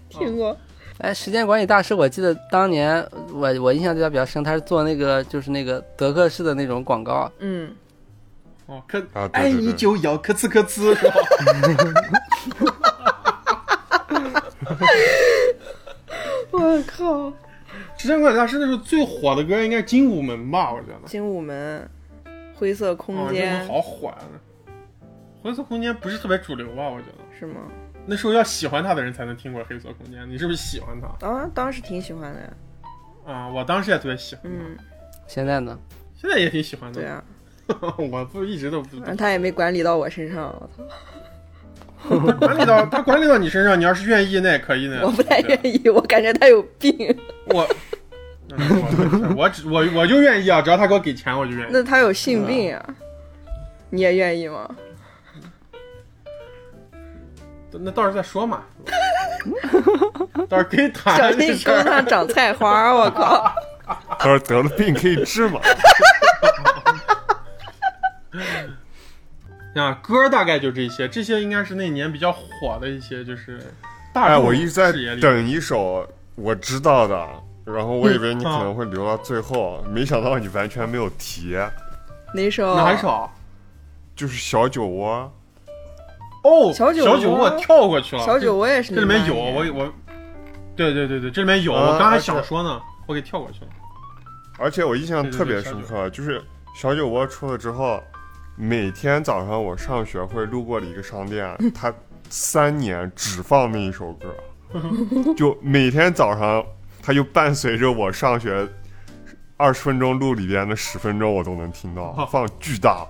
S5: 听过。
S3: 哎，时间管理大师，我记得当年我我印象对他比较深，他是做那个就是那个德克士的那种广告，
S5: 嗯，
S2: 哦，可
S4: 啊对对对
S2: 爱你就要咯吱咯吱，是吧？
S5: 我靠，
S2: [LAUGHS] 时间管理大师那时候最火的歌应该是《精武门》吧？我觉得。
S5: 精武门，灰色空
S2: 哦，这
S5: 间、
S2: 个好火呀、灰色空间不是特别主流吧？我觉得
S5: 是吗？
S2: 那时候要喜欢他的人才能听过黑色空间。你是不是喜欢他？
S5: 啊，当时挺喜欢的呀。
S2: 啊、我当时也特别喜欢他，
S5: 嗯，
S3: 现在呢？
S2: 现在也挺喜欢的。
S5: 对啊，
S2: [LAUGHS] 我不一直都
S5: [LAUGHS]
S2: 不
S5: 反正他也没管理到我身上，我操，
S2: 他管理到他管理到你身上，你要是愿意那也可以呢。
S5: 我不太
S2: 对啊
S5: 愿意，我感觉他有病。
S2: 我。 [LAUGHS] 我我只我我就愿意啊，只要他给我给钱，我就愿意。
S5: 那他有性病啊？
S2: 嗯
S5: 你也愿意吗？
S2: 那到时候再说嘛，到时候可以
S5: 小
S2: 谈啊这
S5: 心
S2: 事
S5: 沟
S2: 儿。
S5: 上长菜花
S2: [LAUGHS]
S5: 儿，我靠！
S4: 他说得了病可以治嘛。
S2: 啊，歌大概就这些，这些应该是那年比较火的一些，就是大
S4: 哎，
S2: 众
S4: 我一直在
S2: 视野里
S4: 等一首我知道的，然后我以为你可能会留到最后，没想到你完全没有提，
S5: 哪首？
S2: 哪一？首？
S4: 就是小酒窝。
S2: 哦，
S5: 小酒
S2: 酒
S5: 窝
S2: 我跳过去了。
S5: 小九，我也是
S2: 啊这这里
S5: 你
S2: 面
S5: 妈
S2: 有
S5: 耶
S2: 我我，对对对对，这里面有，
S4: 啊
S2: 我刚还
S4: 而且
S2: 想说呢，我给跳过去了。
S4: 而且我印象特别深刻，就是小酒窝出了之后，每天早上我上学会路过的一个商店，它三年只放那一首歌，
S2: [LAUGHS]
S4: 就每天早上，它就伴随着我上学二十分钟路里边的十分钟，我都能听到，放巨大。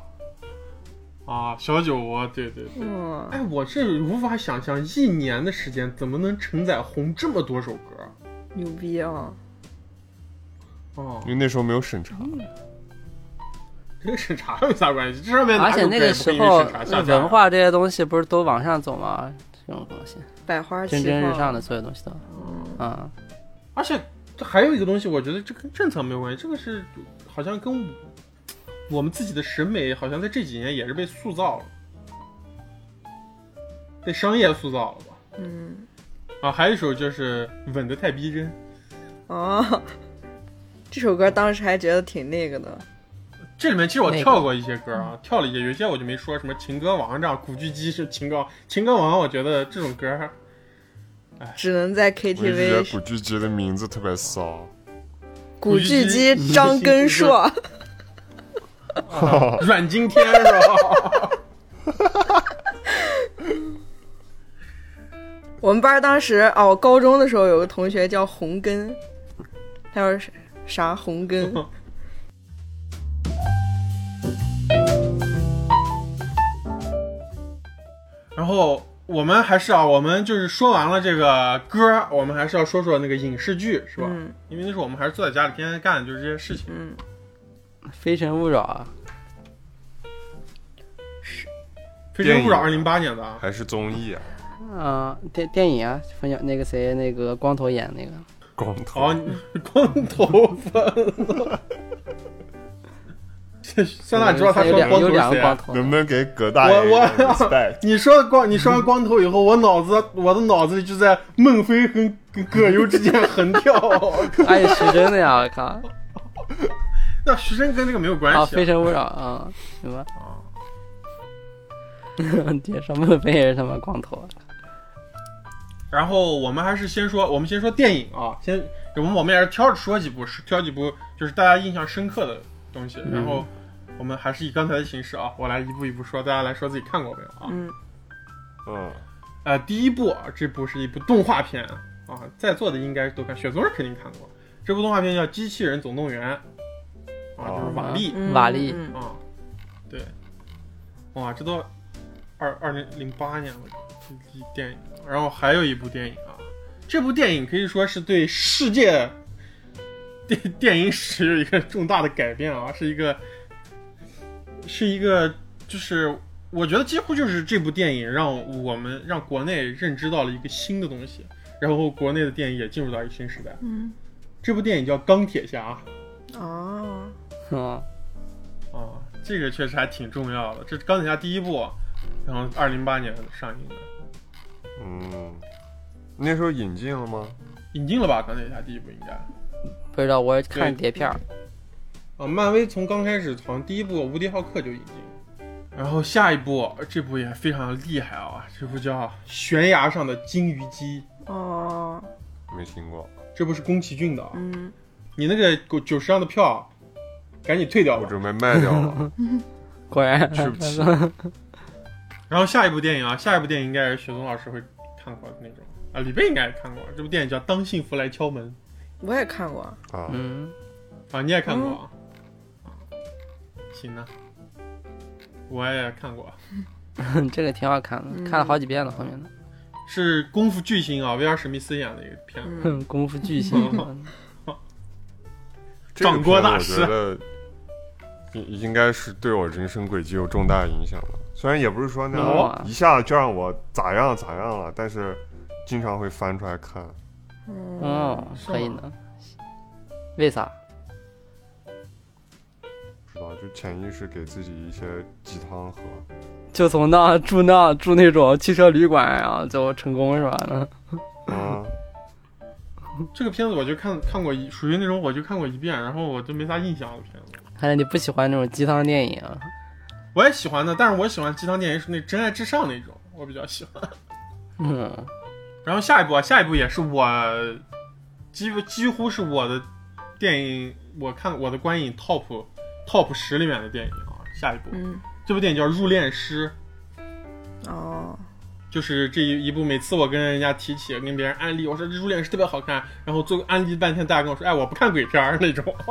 S2: 啊，小酒窝，对对对。
S5: 嗯，
S2: 哎，我这无法想象一年的时间怎么能承载红这么多首歌。
S5: 牛逼啊！
S2: 哦
S4: 因，为那时候没有审查，
S2: 这个审查有啥关系？这上面哪
S3: 而且
S2: 首
S3: 那
S2: 歌
S3: 个
S2: 也不
S3: 时
S2: 会因为
S3: 候
S2: 审查下啊
S3: 那
S2: 架
S3: 文化这些东西不是都往上走吗？这种东西
S5: 百花齐
S3: 蒸
S5: 放，
S3: 蒸日上的所有东西都，啊、
S2: 而且这还有一个东西，我觉得这跟政策没有关系，这个是好像跟我们自己的审美，好像在这几年也是被塑造了，被商业塑造了吧？
S5: 嗯
S2: 啊，还有一首就是《吻得太逼真》，
S5: [LAUGHS] 哦，这首歌当时还觉得挺那个的，
S2: 这里面其实我跳过一些歌啊，跳了一些，有些我就没说，什么《情歌王》这样，古巨基是情歌王，情歌王，我觉得这种歌，
S5: 只能在
S4: 我一直觉得
S5: KTV。
S4: 古巨基的名字特别骚。
S5: 古巨基
S2: 古巨、基
S5: 张根硕，
S2: 啊、阮经天是吧？ [LAUGHS]
S5: 我们班当时哦，我高中的时候有个同学叫红根，还有啥红根？
S2: 然后我们还是啊，我们就是说完了这个歌，我们还是要说说那个影视剧，是吧？
S5: 嗯
S2: 因为那时候我们还是坐在家里天天干的就是这些事情。
S5: 嗯，
S3: 非诚勿扰》啊，
S2: 非诚勿扰二
S4: 电
S2: 零
S4: 影
S2: 八年的啊，
S4: 还是综艺啊，
S3: 啊、电电影啊，冯小那个谁那个光头演那个，
S4: 光
S2: 好，
S4: 头。
S2: 你光头分了。 [LAUGHS] 这酸辣，你知道他
S3: 有
S2: 说
S3: 两
S2: 光头
S3: 有
S2: 是
S3: 两
S2: 谁
S3: 个光
S2: 啊？
S3: 头，
S4: 能不能给葛大爷一
S2: 我
S4: 个
S2: 我 [LAUGHS]
S4: respect？
S2: 你说光，你说完光头以后，我脑子我的脑子就在孟非跟跟葛优之间横跳。
S3: 哎呀，徐峥的呀，我靠，
S2: [LAUGHS] 那徐峥跟这个没有关
S3: 啊，《
S2: 系啊。
S3: 非诚勿扰》啊，什么？
S2: 哦
S3: [LAUGHS] 介绍孟非也是他妈光头，啊
S2: 然后我们还是先说，我们先说电影啊，先我们我们也是挑着说几部，是挑几部就是大家印象深刻的东西。然后我们还是以刚才的形式啊，我来一步一步说，大家来说自己看过没有啊？
S5: 嗯
S4: 嗯，
S2: 呃，第一部啊，这部是一部动画片啊，在座的应该都看，雪松是肯定看过。这部动画片叫《机器人总动员》，啊，就是瓦力
S5: 嗯
S3: 瓦力
S5: 嗯
S2: 啊，对，哇，这都二二零零八年了，这电影。然后还有一部电影啊，这部电影可以说是对世界电电影史有一个重大的改变啊，是一个是一个就是。我觉得几乎就是这部电影让我们让国内认知到了一个新的东西，然后国内的电影也进入到一个新时代。
S5: 嗯
S2: 这部电影叫《钢铁侠》，
S5: 哦，
S3: 嗯，
S2: 啊，这个确实还挺重要的。这是钢铁侠第一部，然后二零八年上映的，
S4: 嗯，那时候引进了吗？
S2: 引进了吧？钢铁侠第一部应该。
S3: 不知道我看碟片儿，
S2: 啊，漫威从刚开始好像第一部《无敌浩克》就引进，然后下一部这部也非常厉害啊，这部叫《悬崖上的金鱼姬》
S5: 哦，
S4: 没听过。
S2: 这不是宫崎骏的啊，
S5: 嗯，
S2: 你那个九十张的票，赶紧退掉
S4: 我
S2: 吧。
S4: 准备卖
S2: [LAUGHS]
S4: 掉了，
S3: 果然，
S4: 对不起。
S2: 然后下一部电影啊，下一部电影应该是雪松老师会看过的那种啊，李贝应该也看过。这部电影叫《当幸福来敲门
S5: 我也看过，
S4: 啊，
S3: 嗯，》 [LAUGHS]
S2: 啊，你也看过啊？行啊，我也看过，
S3: 这个挺好看的，看了好几遍了后面的，
S2: 是功夫巨星啊，威尔史密斯演的一个片子。
S3: 哼，功夫巨 [LAUGHS] 星，
S4: 这个
S2: 掌掴
S4: 片
S2: 大
S4: 我
S2: 师
S4: 觉得应应该是对我人生轨迹有重大影响的。虽然也不是说那
S3: 哦
S4: 样
S2: 嗯
S4: 一下就让我咋样咋样了，但是经常会翻出来看。
S5: 嗯
S3: 哦，可以呢，为啥？
S4: 不知道，就潜意识给自己一些鸡汤喝。
S3: 就从那住那住那种汽车旅馆啊，就成功是吧？ [LAUGHS] 嗯
S4: 啊，
S2: 这个片子我就看看过一，属于那种我就看过一遍，然后我就没啥印象的片子。
S3: 看来你不喜欢那种鸡汤电影啊。
S2: 我也喜欢的，但是我喜欢鸡汤电影是那《真爱至上》那种，我比较喜欢。
S3: 嗯，
S2: 然后下一部啊，下一部也是我几乎几乎是我的电影，我看我的观影 top top 十里面的电影啊。下一部、
S5: 嗯，
S2: 这部电影叫《入殓师》，
S5: 哦，
S2: 就是这一一部，每次我跟人家提起，跟别人安利，我说这《入殓师》特别好看，然后做安利半天，大家跟我说，哎，我不看鬼片儿那种。 [LAUGHS]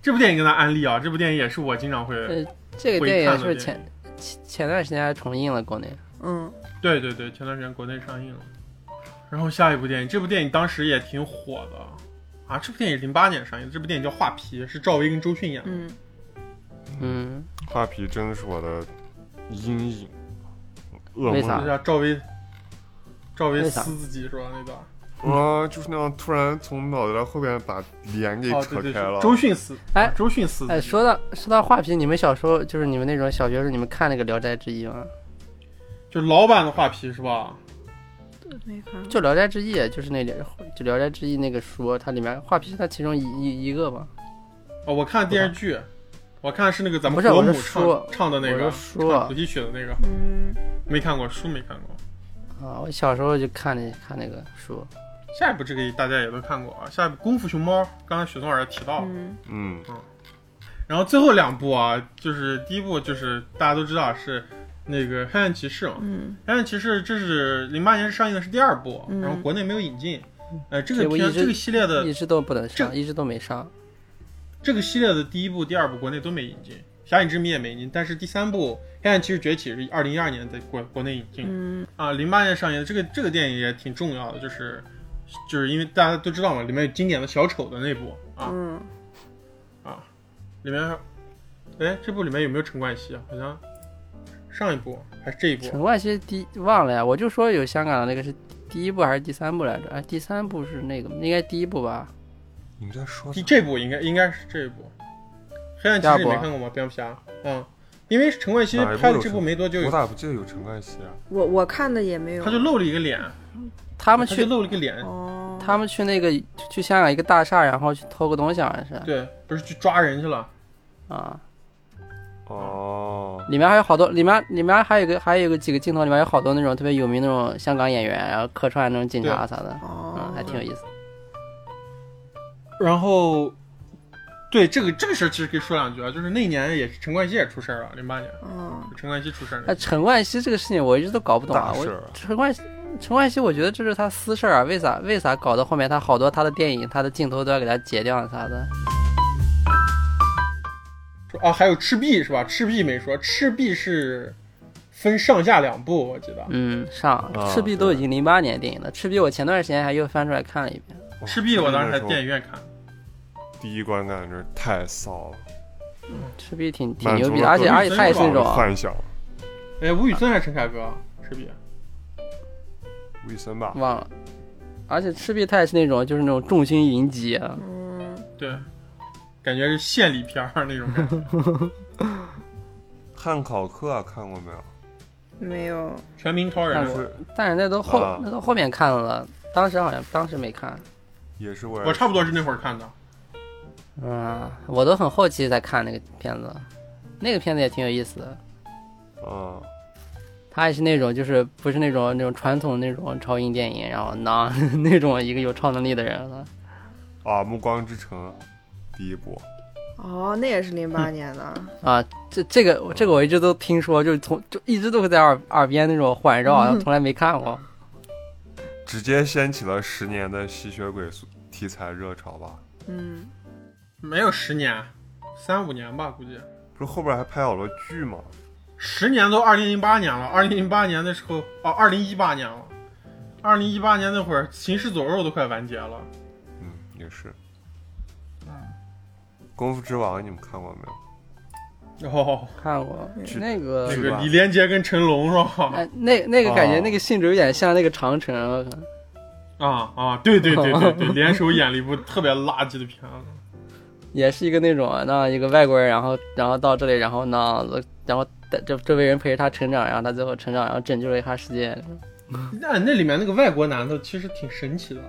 S2: 这部电影跟他安利啊，这部电影也是我经常会，
S3: 对这个
S2: 会看
S3: 电影
S2: 的
S3: 是不是
S2: 电
S3: 前前前段时间还重映了国内？
S5: 嗯，
S2: 对对对，前段时间国内上映了。然后下一部电影，这部电影当时也挺火的啊，这部电影零八年上映的，这部电影叫《画皮》，是赵薇跟周迅演的。
S5: 嗯，
S3: 嗯，
S4: 画皮真的是我的阴影，噩
S3: 为
S4: 梦。
S3: 啥
S2: 就是啊赵薇，赵薇
S3: 为啥
S2: 撕自己是吧？那段
S4: 啊，就是那样突然从脑袋后边把脸给
S2: 哦，
S4: 扯
S2: 对对
S4: 开了。
S2: 对，周迅撕，
S3: 哎
S2: 啊周迅撕自己。
S3: 哎，说到说到画皮，你们小时候就是你们那种小学时候，你们看那个《聊斋志异》吗？
S2: 就老版的画皮是吧？
S5: 没看过，
S3: 就《聊斋志异》，就是那里就《聊斋志异》那个书，它里面画皮是它其中一一一个吧。
S2: 哦，我看电视剧，我看是那个咱们
S3: 不是
S2: 国
S3: 我
S2: 母
S3: 是
S2: 唱
S3: 说
S2: 唱的那个
S3: 我是说
S2: 唱主题曲的那个，
S5: 嗯，
S2: 没看过书没看过。
S3: 啊，我小时候就看那看那个书，
S2: 下一部这个大家也都看过啊，下一部《功夫熊猫》，刚才许总老师提到了。
S5: 嗯，
S4: 嗯，
S2: 然后最后两部啊，就是第一部就是大家都知道是那个《黑暗骑士》嘛，
S5: 嗯，
S2: 黑暗骑士》这是零八年上映的是第二部，
S5: 嗯
S2: 然后国内没有引进。呃，这
S3: 嗯这
S2: 个
S3: 我
S2: 片
S3: 一直
S2: 这个系列
S3: 一
S2: 的
S3: 直都不能上，
S2: 这
S3: 一直都没上。
S2: 这个系列的第一部、第二部国内都没引进，《侠影之谜》也没引进，但是第三部《黑暗骑士崛起》是二零一二年在国国内引进的
S5: 嗯，
S2: 啊，零八年上映的这个这个电影也挺重要的，就是就是因为大家都知道嘛，里面有经典的小丑的那部啊，
S5: 嗯，
S2: 里面，哎，这部里面有没有陈冠希啊？好像上一部还是这一部？
S3: 陈冠希第忘了呀，我就说有香港的那个是第一部还是第三部来着？哎，第三部是那个，应该第一部吧？
S4: 你们在说
S2: 第
S4: 啥？
S2: 这部应该应该是这一部。黑暗骑士
S3: 下
S2: 你
S3: 部啊
S2: 没看过吗？蝙蝠侠，嗯，因为陈冠希
S4: 哪一部
S2: 拍了
S4: 有
S2: 这
S4: 陈
S2: 部没多久
S4: 我，咋不记得有陈冠希啊？
S5: 我我看的也没有，
S2: 他就露了一个脸，
S3: 他
S2: 他
S3: 们
S2: 就
S3: 去
S2: 露了一个脸，
S5: 哦，
S3: 他们去那个去香港一个大厦，然后去偷个东西，好像是
S2: 对，不是去抓人去了。
S3: 啊。
S4: 哦，
S3: 里面还有好多，里面里面还有个还有个几个镜头，里面有好多那种特别有名那种香港演员，然后客串那种警察啥的，嗯，还
S5: 哦，
S3: 挺有意思。
S2: 然后，对这个这个事儿其实可以说两句啊，就是那年也是陈冠希也出事儿了，零八年啊
S5: 嗯，
S2: 陈冠希出事儿
S3: 那
S2: 了。
S3: 陈冠希这个事情我一直都搞不懂啊
S4: 大，
S3: 我
S4: 事儿啊
S3: 陈冠希陈冠希，我觉得这是他私事儿啊，为啥为啥搞到后面他好多他的电影他的镜头都要给他截掉啥的？
S2: 说啊，还有赤壁是吧？赤壁没说，赤壁是分上下两部，我记得。
S3: 嗯，上
S4: 啊
S3: 赤壁都已经零八年电影了，赤壁我前段时间还又翻出来看了一遍。
S4: 哇
S2: 赤壁我当时
S4: 那
S2: 在
S4: 时候
S2: 电影院看，
S4: 第一观感真是太骚了，
S3: 赤壁挺挺
S4: 满足
S3: 牛逼的，
S4: 了
S3: 而
S4: 各
S3: 且
S4: 种
S3: 而且他也是那种
S4: 幻想，
S2: 哎，吴宇森还是陈凯歌？赤壁
S4: 魏森吧，
S3: 忘了，而且赤壁他也是那种就是那种众星云集啊，
S2: 对，感觉是献礼片儿那种感觉，
S4: 汉考克、啊看过没有？
S5: 没有，
S2: 全民超人
S3: 看。
S4: 是
S3: 但是那都后、
S4: 啊
S3: 那都后面看了，当时好像当时没看，
S4: 也是我
S2: 我差不多是那会儿看的，
S3: 嗯，我都很后期才看那个片子，那个片子也挺有意思的，
S4: 啊，
S3: 他也是那种就是不是那种那种传统那种超英电影，然后那 [LAUGHS] 那种一个有超能力的人了。
S4: 啊，《暮光之城》第一部，
S5: 哦，那也是零八年的，
S3: 啊，这这个这个我一直都听说，就是从就一直都会在耳耳边那种环绕，然后从来没看过。
S4: 直接掀起了十年的吸血鬼题材热潮吧。
S5: 嗯，
S2: 没有十年，三五年吧，估计。
S4: 不是后边还拍好多剧吗？
S2: 十年都二零零八年了，二零零八年的时候，哦，二零一八年了，二零一八年那会儿《行尸走肉》都快完结了，
S4: 嗯，也是。功夫之王你们看过没有？
S2: 哦， [LAUGHS]
S3: 看过
S4: 去
S3: 那个
S2: 那
S4: 去
S2: 个
S4: 吧
S2: 李连杰跟成龙是吧？
S3: 哎，那那个感觉
S4: 哦
S3: 那个性质有点像那个长城，我靠
S2: 啊啊，对对对对 [LAUGHS] 对，联手演了一部特别垃圾的片子，
S3: 也是一个那种啊那一个外国人，然后然后到这里，然后呢，然后带这周围人陪着他成长，然后他最后成长，然后拯救了一下世界。
S2: 那那里面那个外国男的其实挺神奇的，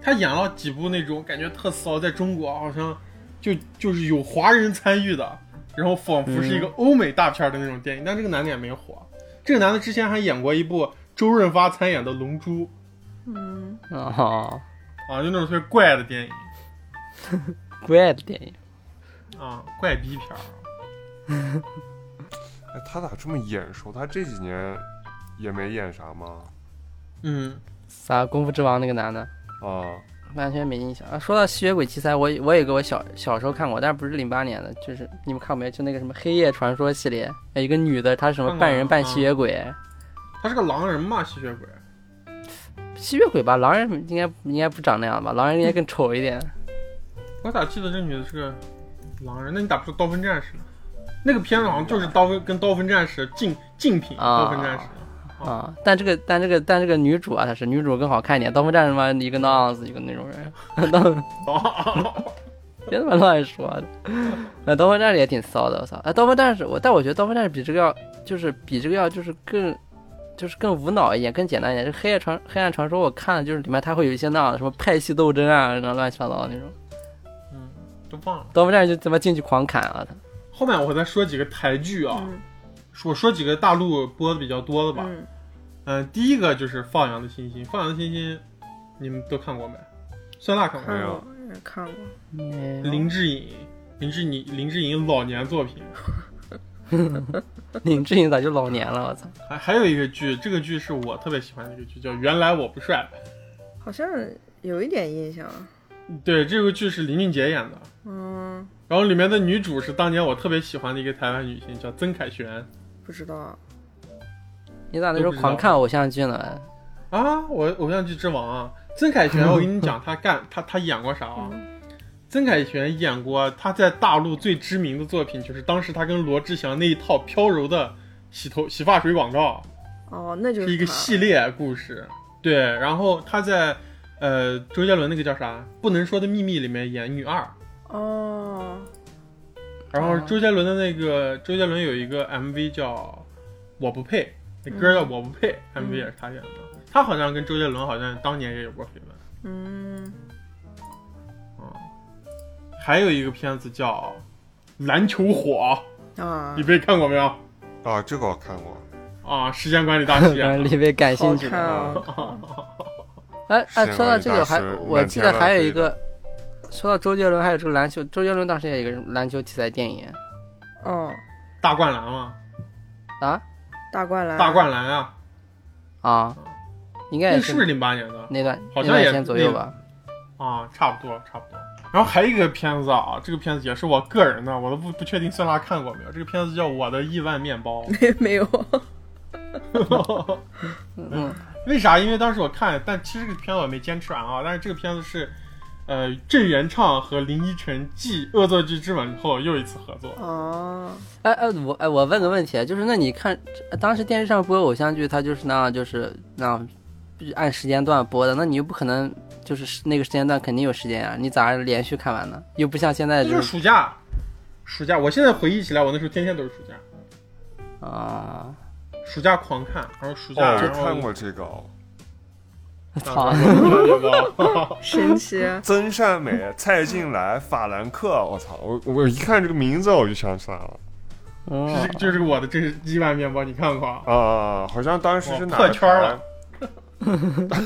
S2: 他演了几部那种感觉特骚，在中国好像就就是有华人参与的，然后仿佛是一个欧美大片的那种电影，但这个男的也没火。这个男的之前还演过一部周润发参演的《龙珠》。
S5: 嗯，
S3: 哦，
S2: 啊，就那种特别怪的电影
S3: 怪的电影，
S2: 啊，怪逼片儿。
S4: 哎，他咋这么眼熟？他这几年也没演啥吗？
S2: 嗯，
S3: 啥功夫之王那个男的。
S4: 啊，
S3: 完全没印象啊！说到吸血鬼题材，我我有个我小小时候看过，但是不是零八年的，就是你们看过没有？就那个什么《黑夜传说》系列，有一个女的，她是什么
S2: 看过
S3: 半人半
S2: 嗯
S3: 吸血鬼，
S2: 他是个狼人嘛，吸血鬼。
S3: 吸血鬼吧，狼人应该应该不长那样吧，狼人应该更丑
S2: [LAUGHS]
S3: 一点。
S2: 我咋记得这女的是个狼人？那你咋不说刀锋战士呢？那个片子好像就是刀锋跟刀锋战士竞竞品，
S3: 啊
S2: 刀锋战士。
S3: 啊，但这个但这个但这个女主啊，她是女主更好看一点。刀锋战士嘛，一个那样子，一个那种人， [LAUGHS]
S2: 哦，
S3: 别他妈乱说的。那刀锋战士也挺骚的，我操！哎，刀锋战士我，但我觉得刀锋战士比这个要，就是比这个要就是更，就是更无脑一点，更简单一点。这黑夜传黑暗传说，我看了就是里面它会有一些那样的什么派系斗争啊，那乱七八糟的那种。
S2: 嗯，都忘了。
S3: 刀锋战士就他妈进去狂砍啊！他
S2: 后面我再说几个台剧啊，
S5: 嗯
S2: 我说几个大陆播的比较多的吧。
S5: 嗯，
S2: 嗯、第一个就是《放羊的星星》，《放羊的星星》，你们都看过没？酸辣看过没
S5: 看
S4: 没有
S5: 过，嗯也看过，
S3: 林
S2: 嗯林志颖，林志颖，林志颖老年作品。
S3: 林志颖咋就老年了？我操！
S2: 还还有一个剧，这个剧是我特别喜欢的一个剧，叫《原来我不帅
S5: 好像有一点印象，》。
S2: 对，这个剧是林俊杰演的，
S5: 嗯，
S2: 然后里面的女主是当年我特别喜欢的一个台湾女星，叫曾凯旋。
S5: 不知道，
S3: 你咋那时候狂看偶像剧呢？
S2: 啊，我偶像剧之王啊，曾凯
S5: [LAUGHS]
S2: 旋，我跟你讲，她干她她演过啥啊？
S5: 嗯
S2: 曾凯旋演过她在大陆最知名的作品，就是当时她跟罗志祥那一套飘柔的洗头洗发水广告。
S5: 哦，那就是
S2: 是一个
S5: 他
S2: 系列故事。对，然后他在呃周杰伦那个叫啥《不能说的秘密》里面演女二，
S5: 哦，
S2: 然后周杰伦的那个周杰伦有一个 MV 叫《我不配》，那歌叫《我不配》m v 也是他演的。他好像跟周杰伦好像当年也有过绯闻
S5: 嗯，
S2: 啊。还有一个片子叫《篮球火
S5: 啊》，
S2: 你，被看过没有？
S4: 啊，这个我看过。
S2: 啊，时间管理大师
S3: 让
S2: 演的。
S3: 李贝感
S5: 好
S3: 兴趣
S5: 看啊，
S3: 哎哎，
S4: 是
S3: 说到
S4: 万
S3: 这
S4: 达
S3: 个还
S4: 是，
S3: 我
S4: 满
S3: 记
S4: 天
S3: 得
S4: 乱
S3: 还有
S4: 飞
S3: 一个，说到周杰伦，还有这个篮球，周杰伦当时也有一个篮球题材电影
S5: 哦，
S2: 大灌篮嘛，
S3: 啊
S5: 大灌篮，
S2: 大灌篮啊，
S3: 啊，应该
S2: 那
S3: 也
S2: 是不是零八年的？
S3: 那段
S2: 好
S3: 那
S2: 像
S3: 段
S2: 也
S3: 时间左
S2: 那
S3: 右吧。
S2: 啊，差不多，差不多。然后还有一个片子啊，这个片子也是我个人的，我都不不确定酸辣看过没有。这个片子叫《我的亿万面包 [LAUGHS]
S5: 没有，》，
S3: 嗯，
S2: 为啥？因为当时我看，但其实这个片子我没坚持完啊。但是这个片子是，呃，郑元畅和林依晨继《恶作剧之吻》之后又一次合作。
S5: 哦，
S3: 哎哎，我哎我问个问题，就是那你看当时电视上播偶像剧，它就是那样，就是那样按时间段播的，那你又不可能就是那个时间段肯定有时间啊，你咋连续看完呢？又不像现在
S2: 这就
S3: 就是是
S2: 暑假，暑假。我现在回忆起来，我那时候天天都是暑假，
S3: 啊，
S2: 暑假狂看，然后暑假、
S4: 哦，我
S2: 然后
S4: 看过这个哦。
S3: 操！
S2: [LAUGHS]
S5: 神奇，
S4: 曾善美、蔡静来、法兰克，我操！我我一看这个名字我就想起来了，
S3: 哦
S2: 这是这是我的，这是鸡蛋面包，你看过啊？
S4: 啊，好像当时是哪
S2: 我破
S4: 个
S2: 圈了
S4: 台？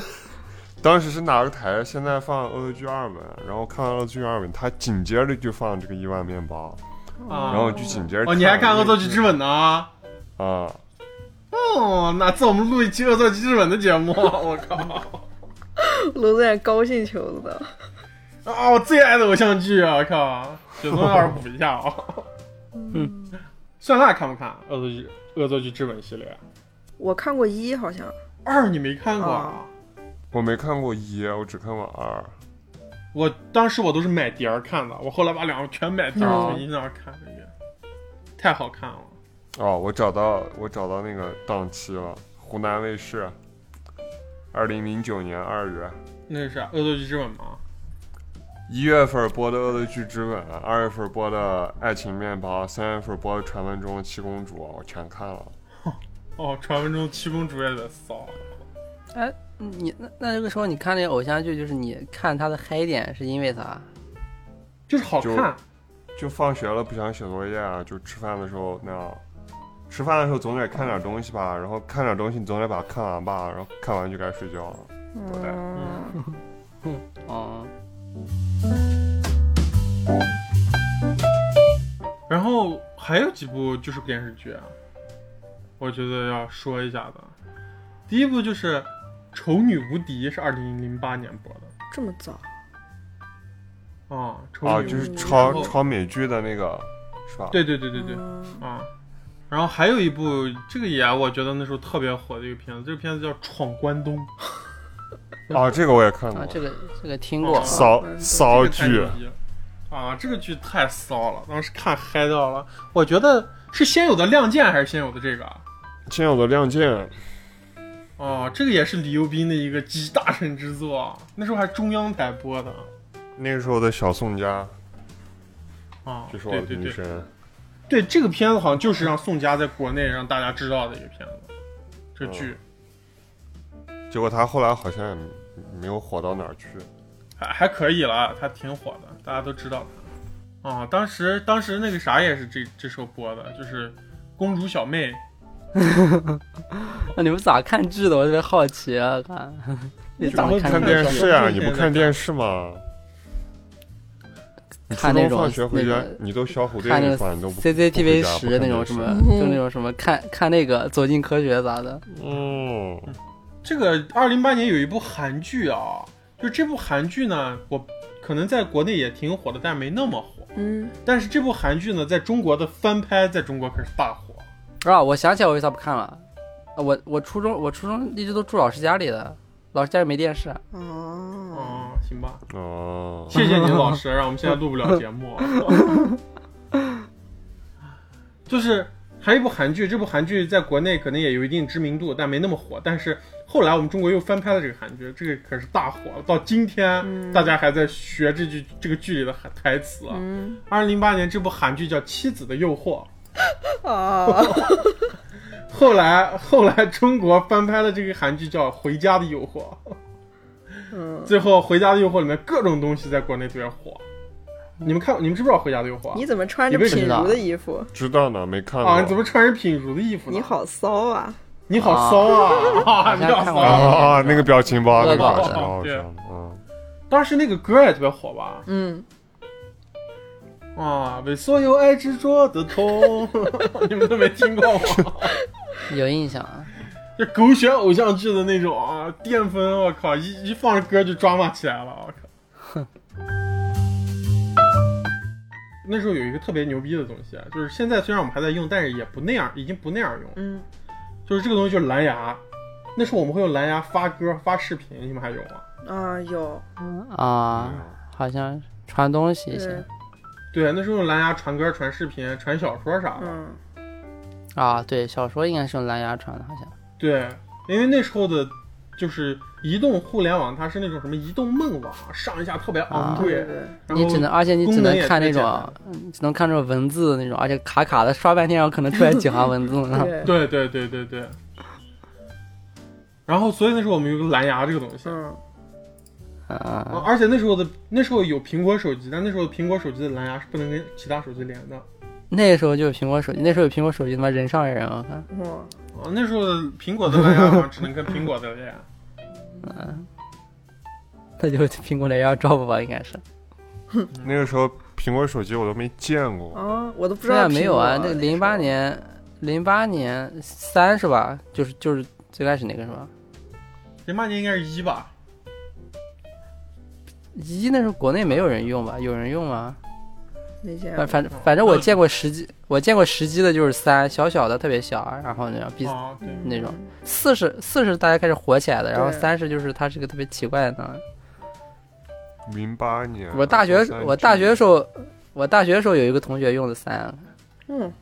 S4: [LAUGHS] 当时是哪个台？现在放《恶作剧二吻》，然后看完《恶作剧二吻》，他紧接着就放这个一万面包，
S2: 啊，
S4: 然后就紧接着
S2: 哦，你还看《恶作剧之
S4: 之
S2: 吻》呢？
S4: 啊？
S2: 哦，哪次我们录一期《恶作剧之吻》的节目？啊我靠！
S5: 卢子远高兴球子的，
S2: 啊，我最爱的偶像剧啊！我 [LAUGHS] 靠，雪松要是补一下啊。
S3: 嗯，
S2: 酸辣看不看《恶作剧恶作剧之吻》系列？
S5: 我看过一好像，
S2: 二你没看过
S5: 啊？
S4: 我没看过一，我只看过二。
S2: 我当时我都是买碟儿看的，我后来把两个全买碟儿
S3: 嗯
S2: 从音那儿看那个，太好看了。
S4: 哦，我找到我找到那个档期了，湖南卫视，二零零九年二月
S2: 那是啥《恶作剧之吻》吗？
S4: 一月份播的《恶作剧之吻》，二月份播的《爱情面包》，三月份播的《传闻中的七公主》，我全看了。
S2: 哦，传闻中七公主也在骚。啊
S3: 哎，你那那这个时候你看那个偶像剧，就是你看它的嗨点是因为啥？
S2: 就是好
S4: 就
S2: 看，
S4: 就放学了不想写作业啊，就吃饭的时候那样。吃饭的时候总得看点东西吧，然后看点东西你总得把它看完吧，然后看完就该睡觉了。对
S5: 嗯，
S3: 哦，
S2: 然后还有几部就是电视剧，啊，我觉得要说一下的。第一部就是《丑女无敌》，是二零零八年播的
S5: 这么早，
S2: 啊，《丑
S4: 啊，
S2: 女无敌》
S4: 就是
S2: 然
S5: 嗯
S4: 抄
S2: 后
S4: 抄美剧的那个，是吧？
S2: 对对对对对，
S5: 嗯
S2: 啊。然后还有一部，这个也我觉得那时候特别火的一个片子，这个片子叫《闯关东》，
S4: 啊，这个我也看过
S3: 啊，，这个这个听
S2: 哦
S3: 过，
S4: 骚
S5: 嗯
S4: 骚
S2: 这个太
S4: 哦剧
S2: 牛逼了啊，这个剧太骚了，当时看嗨到了。我觉得是先有的《亮剑》还是先有的这个啊？
S4: 先有的《亮剑》
S2: 哦，这个也是李幼斌的一个集大成之作，啊那时候还中央台播的
S4: 那个时候的小宋佳
S2: 啊。
S4: 就是我的
S2: 对对
S4: 女
S2: 对
S4: 神，
S2: 对，这个片子好像就是让宋佳在国内让大家知道的一个片子，这剧。
S4: 结果她后来好像也没有火到哪儿去。
S2: 还还可以了，他挺火的，大家都知道他。啊，当时当时那个啥也是这这时候播的，就是《公主小妹》
S3: 那你们咋看剧的？我特别好奇啊，看 [LAUGHS]
S2: 你
S3: 你
S2: 咋
S3: 咋
S2: 会
S3: 会
S4: 看
S3: 看
S4: 电视呀、你不
S2: 看
S4: 看电视吗？你初
S3: 看那
S4: 中
S3: 种
S4: 放学回
S3: 那
S4: 家
S3: 个，
S4: 你都小虎队
S3: 看那
S4: 那
S3: 个
S4: 款，你都不
S3: CCTV
S4: 不
S3: 十
S4: 看
S3: 那
S4: 电
S3: 种
S4: 视
S3: 什么
S5: 视，
S3: 就那种什么看看那个《走进科学》咋的？
S4: 嗯，
S2: 这个二零八年有一部韩剧啊，就这部韩剧呢，我可能在国内也挺火的，但没那么火。
S5: 嗯，
S2: 但是这部韩剧呢，在中国的翻拍在中国可是大火。
S3: 啊，我想起来我为啥不看了。啊我我初中我初中一直都住老师家里的，老师家里没电视。
S5: 哦，
S2: 啊，行吧，
S4: 哦，
S2: 谢谢您老师，让我们现在录不了节目。就是还有一部韩剧，这部韩剧在国内可能也有一定知名度，但没那么火。但是后来我们中国又翻拍了这个韩剧，这个可是大火，到今天、大家还在学这句这个剧里的台词。啊
S5: 嗯
S2: 二零零八年这部韩剧叫《妻子的诱惑》，哦
S5: 啊，
S2: [LAUGHS] 后来后来中国翻拍了这个韩剧叫《回家的诱惑》，
S5: 嗯，
S2: 最后《回家的诱惑》里面各种东西在国内特别火。你们看，你们知不知道《回家的诱惑》？
S5: 你怎么穿着
S2: 你为什么
S5: 品
S3: 知道
S5: 如的衣服？
S4: 知道呢，没看过。
S2: 啊，你怎么穿着品如的衣服呢？
S5: 你，好骚啊！
S2: 你好骚啊！啊，你好
S3: 好像看
S2: 骚
S3: 过
S2: 啊！
S4: 啊？那个表情包，那
S3: 恶
S4: 个
S3: 搞
S4: 表情
S3: 的
S4: 包，我
S2: 对
S4: 知道了嗯，
S2: 当时那个歌也特别火吧？
S5: 嗯，
S2: 啊，为所有爱执着的痛，你们都没听过吗？
S3: 有印象啊，
S2: 这狗血偶像剧的那种啊，巅峰！我靠，一一放着歌就抓马起来了，我靠。那时候有一个特别牛逼的东西，啊就是现在虽然我们还在用，但是也不那样，已经不那样用了。
S5: 嗯，
S2: 就是这个东西就是蓝牙，那时候我们会用蓝牙发歌、发视频，你们还有吗？
S5: 啊，有，
S3: 啊，好像传东西一
S5: 对
S3: 些，
S2: 对，那时候用蓝牙传歌、传视频、传小说啥的。
S5: 嗯，
S3: 啊，对，小说应该是用蓝牙传的，好像
S2: 对，因为那时候的，就是移动互联网，它是那种什么移动梦网，上一下特别昂
S3: 啊
S2: 贵，
S5: 对，
S2: 然后
S3: 你只能，而且你只
S2: 功能也
S3: 能看那
S2: 特别简
S3: 种
S2: 单，
S3: 嗯只能看这种文字那种，而且卡卡的，刷半天然后可能出来几行文字呢。
S5: [LAUGHS] 对，
S2: 对对对对对。然后，所以那时候我们有个蓝牙这个东西，
S5: 嗯，
S2: 啊
S3: 啊，
S2: 而且那时候的那时候有苹果手机，但那时候苹果手机的蓝牙是不能跟其他手机连的，
S3: 那个时候就有苹果手机，那时候有苹果手机，他妈人上人啊！我看
S5: 嗯，
S2: 哦那时候苹果的蓝牙好像只能跟苹果的 [LAUGHS] 蓝牙。
S3: [LAUGHS] 那就苹果蓝牙照吧，应该是。
S4: 那个时候苹果手机我都没见过，
S5: 啊，我都不知
S3: 对
S5: 道
S3: 啊，
S5: 苹果。
S3: 没有啊，那
S5: 个
S3: 零八年，零八年三是吧？就是就是最开始那个是吧？
S2: 零八年应该是一吧？
S3: 一那时候国内没有人用吧？有人用吗？
S5: 没见过
S3: 反反反正我见过实际，我见过实际的就是三，小小的特别小，然后那样比
S2: 啊，对，
S3: 那种四是四是大家开始火起来的，然后
S5: 对
S3: 三是就是它是个特别奇怪的呢。
S4: 零八年。
S3: 我大学我大学的时候，我大学的时候有一个同学用的三，啊
S5: 嗯，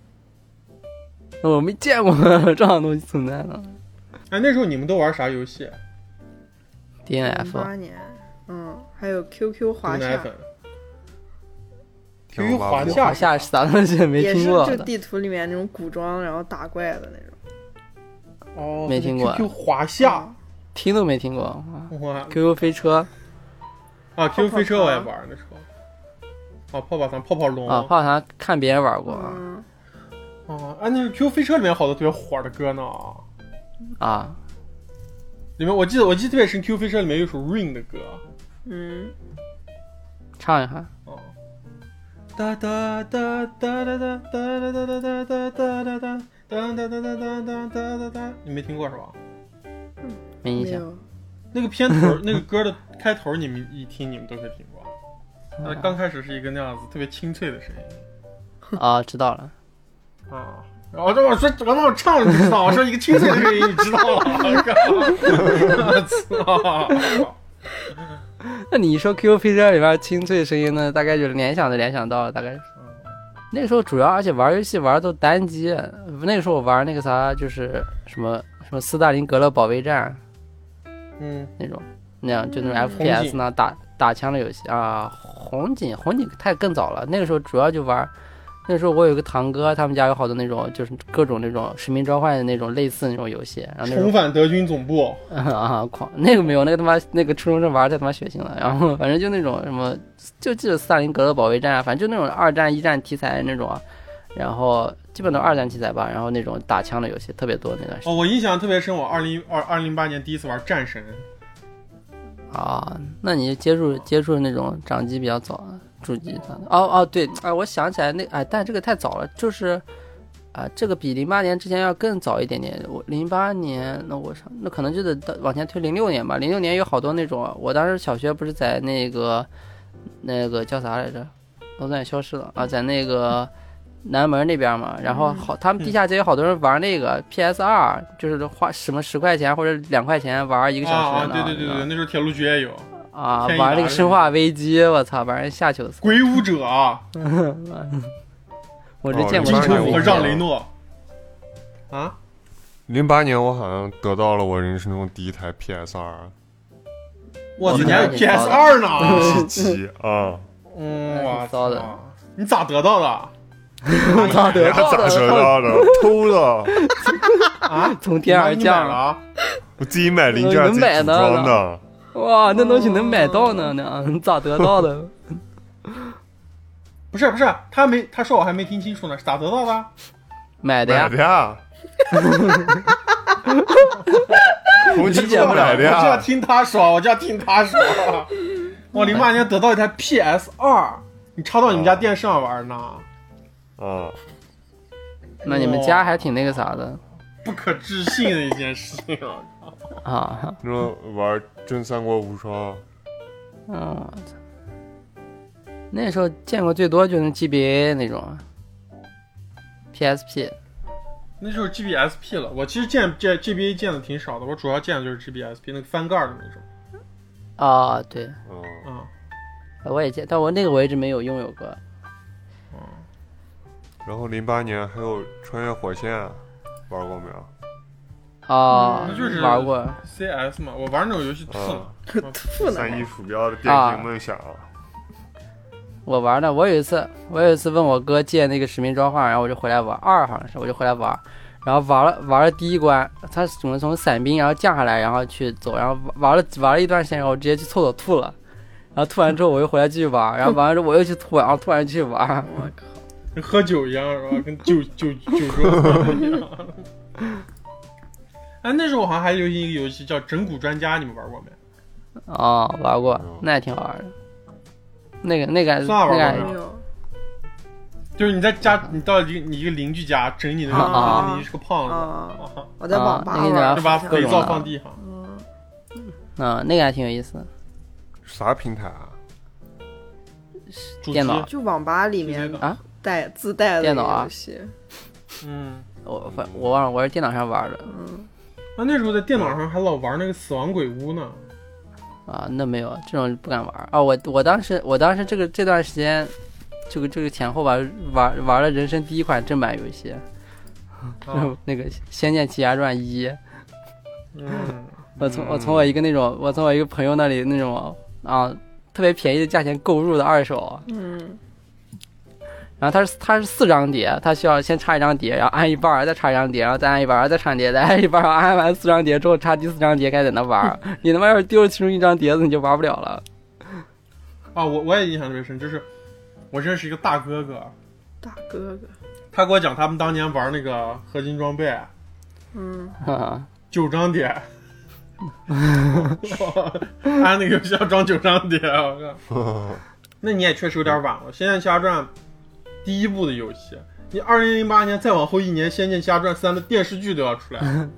S3: 那我没见过 [LAUGHS] 这样的东西存在呢。
S2: 哎，那时候你们都玩啥游戏？
S3: D N
S5: 零
S3: F
S5: 八年，嗯，还有 QQ 华
S2: 毒奶
S5: 夏，
S2: 粉。
S4: 天王八
S2: 华
S4: 部
S2: 夏
S3: 华夏是啥东西没
S5: 啊也是
S3: 听过
S5: 就
S3: 的？
S5: 地图里面那种古装，然后打怪的那种。嗯
S2: 哦
S3: 没听过嗯
S2: QQ 华夏，
S3: 听都没听过。啊
S2: 哇
S3: Q Q 飞车
S2: 啊！QQ 飞车
S5: 泡
S2: 我也玩那时候。哦，泡泡糖、泡泡龙
S3: 啊，泡泡糖看别人玩过啊
S5: 嗯，
S2: 哦，哎，那个 QQ 飞车里面好多特别火的歌呢。
S5: 嗯
S3: 啊，
S2: 里面我记得我记得特别深，QQ 飞车里面有一首 Rain 的歌。
S5: 嗯，
S3: 唱一下。
S2: 哦。哒哒哒哒哒哒哒哒哒哒哒哒哒哒。哒哒哒哒哒哒哒哒哒，你没听过是吧？
S3: 没
S5: 没
S3: 印象，
S5: 有，
S2: 那个片头，那个歌的开头，你们一听你们都会听过。它
S3: 啊
S2: 刚开始是一个那样子特别清脆的声音。
S3: 啊，知道了。
S2: 啊，然后这我说我让我唱了，你知道？我说一个清脆的声音，你知道了？我操！
S3: 那你一说 Q Q 飞车里边清脆声音呢，大概就联想的联想到了，大概是。那个时候主要，而且玩游戏玩都单机。那个时候我玩那个啥，就是什么什么斯大林格勒保卫战
S2: 嗯，
S3: 那种，那样就那种
S5: 嗯
S2: 红警
S3: FPS 呢打打枪的游戏啊。红警红警太更早了，那个时候主要就玩。那时候我有个堂哥，他们家有好多那种就是各种那种使命召唤的那种类似那种游戏，然后那种
S2: 重返德军总部，
S3: [LAUGHS] 啊，狂那个没有，那个他妈那个初中生玩儿太他妈血腥了。然后反正就那种什么，就记得斯大林格勒保卫战啊，反正就那种二战、一战题材的那种啊，然后基本都二战题材吧，然后那种打枪的游戏特别多那段时
S2: 哦，我印象特别深，我二零二二零零八年第一次玩战神，
S3: 间啊。那你接触接触那种掌机比较早，主机啥的。哦哦，对，啊，我想起来那哎，但这个太早了，就是。啊，这个比零八年之前要更早一点点。我零八年，那我上那可能就得到往前推零六年吧。零六年有好多那种，我当时小学不是在那个那个叫啥来着，我突然消失了啊，在那个南门那边嘛。然后
S2: 嗯
S3: 好，他们地下街有好多人玩那个 PS 二，就是花什么十块钱或者两块钱玩一个小
S2: 啊
S3: 时
S2: 啊，
S3: 呢。
S2: 对对对对，那时候铁路局也有《
S3: 啊，
S2: 天意
S3: 玩那
S2: 达
S3: 个
S2: 人
S3: 生化危机，我操，把人吓球死！
S2: 鬼舞者》
S3: 我这
S4: 哦
S3: 见过
S2: 金
S4: 零
S3: 这
S4: 八
S2: 城武
S3: 种危
S4: 年
S3: 机
S2: 和
S4: 我
S2: 让雷诺。啊，
S4: 零八年我好像得到了我人生中第一台 PS
S3: 啊
S4: 二
S2: 我操，
S3: 哦
S2: 你还有
S3: 那
S2: PS 二呢？
S4: 机器
S3: [LAUGHS]
S4: 啊，
S2: 嗯，
S3: 那
S2: 我
S3: 挺骚的
S2: 操，你咋得到的？
S3: 咋得
S4: 哎呀
S3: 到
S4: 咋知
S3: 的？
S4: 道的？偷
S3: [LAUGHS]
S4: 的，
S2: 啊，
S3: 从天而
S2: 你买
S3: 降
S2: 了。啊？
S4: 我自己买零件
S3: 呃能
S4: 自己
S3: 买
S4: 组
S3: 到的
S4: 装的。
S3: 哇，那东西能买到
S2: 哦
S3: 呢？那你咋得到的？
S2: 不是不是，他没他说我还没听清楚呢，是咋得到的？
S3: 买的
S4: 买
S3: 呀 [LAUGHS]
S4: 的，呀。红旗
S3: 理解
S4: 给我
S3: 不了
S4: 买
S2: 我
S4: 的
S2: 就要
S4: 呀，
S2: 听他说，我就要听他说。我零八年得到一台 PS 二，你插到你们家电视上玩呢，
S4: 啊，
S3: 那你们家还挺那个啥的
S2: 不可置信的一件事情啊。
S3: 啊？
S4: 那种玩真三国无双，
S3: 嗯，我操那时候见过最多就是 GBA 那种，PSP
S2: 那时候 GBSP 了，我其实见见 GBA 见的挺少的，我主要见的就是 GBSP 那个翻盖的那种。
S3: 啊，对，
S4: 嗯，
S2: 嗯，
S3: 我也见，但我那个我一直没有拥有过。
S4: 然后零八年还有穿越火线，玩过没有？
S3: 啊
S2: 那就是，
S3: 玩过
S2: CS 嘛，我玩那种游戏吐
S3: 嗯
S2: 了。
S5: 吐呢
S4: 三一
S5: 还。
S4: 鼠标的
S3: 啊
S4: 电竞梦想，
S3: 我玩的，我有一次，我有一次问我哥借那个《使命召唤》，然后我就回来玩二，好像是，我就回来玩，然后玩了玩了第一关，他怎么从伞兵然后降下来，然后去走，然后玩了玩了一段时间，然后我直接去厕所吐了，然后吐完之后我又回来继续玩，然后玩完之后我又去吐，然后突然继续玩，
S5: 我靠，
S2: 跟喝酒一样是吧？跟酒酒酒桌一样。 [LAUGHS] 哎，那时候好像还流行一个游戏叫《整蛊专家》，你们玩过没？
S3: 啊、玩过，那也挺好玩的。那个那个
S2: 算玩过
S3: 那
S2: 没
S3: 个还
S2: 有
S5: 没有，
S2: 就是你在家，你到邻你一个邻居家整你的时候，
S3: 嗯啊
S2: 发现你是个胖子，
S5: 啊，
S2: 啊
S5: 我在网
S3: 啊
S5: 吧
S3: 那个
S5: 玩儿，
S2: 就把
S5: 好像
S2: 肥皂
S3: 各种啊
S2: 放地上。
S5: 嗯，
S3: 啊、那个还挺有意思的。
S4: 啥平台啊？ [LAUGHS]
S2: 主机
S3: 电脑
S5: 就网吧里面
S2: 直接
S3: 的啊
S5: 带自带的
S3: 电脑啊
S5: 游戏，
S2: 嗯，
S3: 我反我忘了我是电脑上玩的
S5: 嗯，
S2: 那那时候在电脑上还老玩那个死亡鬼屋呢。
S3: 啊，那没有这种不敢玩啊。我我当时我当时这个这段时间，这个这个前后吧，玩玩了人生第一款正版游戏，
S2: 啊
S3: [LAUGHS] 那个《仙剑奇侠传一》。
S2: 嗯，
S3: 我从我从我一个那种，我从我一个朋友那里那种啊，特别便宜的价钱购入的二手，
S5: 嗯，
S3: 然后它是它是四张碟，它需要先插一张碟，然后按一半儿，再插一张碟，然后再按一半儿，再插一碟，再按一半儿，按完四张碟之后插第四张碟，该在那玩儿。你他妈要是丢了其中一张碟子，你就玩不了 [LAUGHS] 了。
S2: 啊，我我也印象特别深，就是我认识一个大哥哥，
S5: 大哥
S3: [LAUGHS]
S5: 哥，
S2: 他给我讲他们当年玩那个合金装备，
S5: 嗯，
S3: 啊
S2: 九张碟，安那个游戏要装九张碟，我靠！那你也确实有点晚了，《仙剑奇侠传》第一部的游戏，你二零零八年再往后一年，《仙剑奇侠传三》的电视剧都要出来了。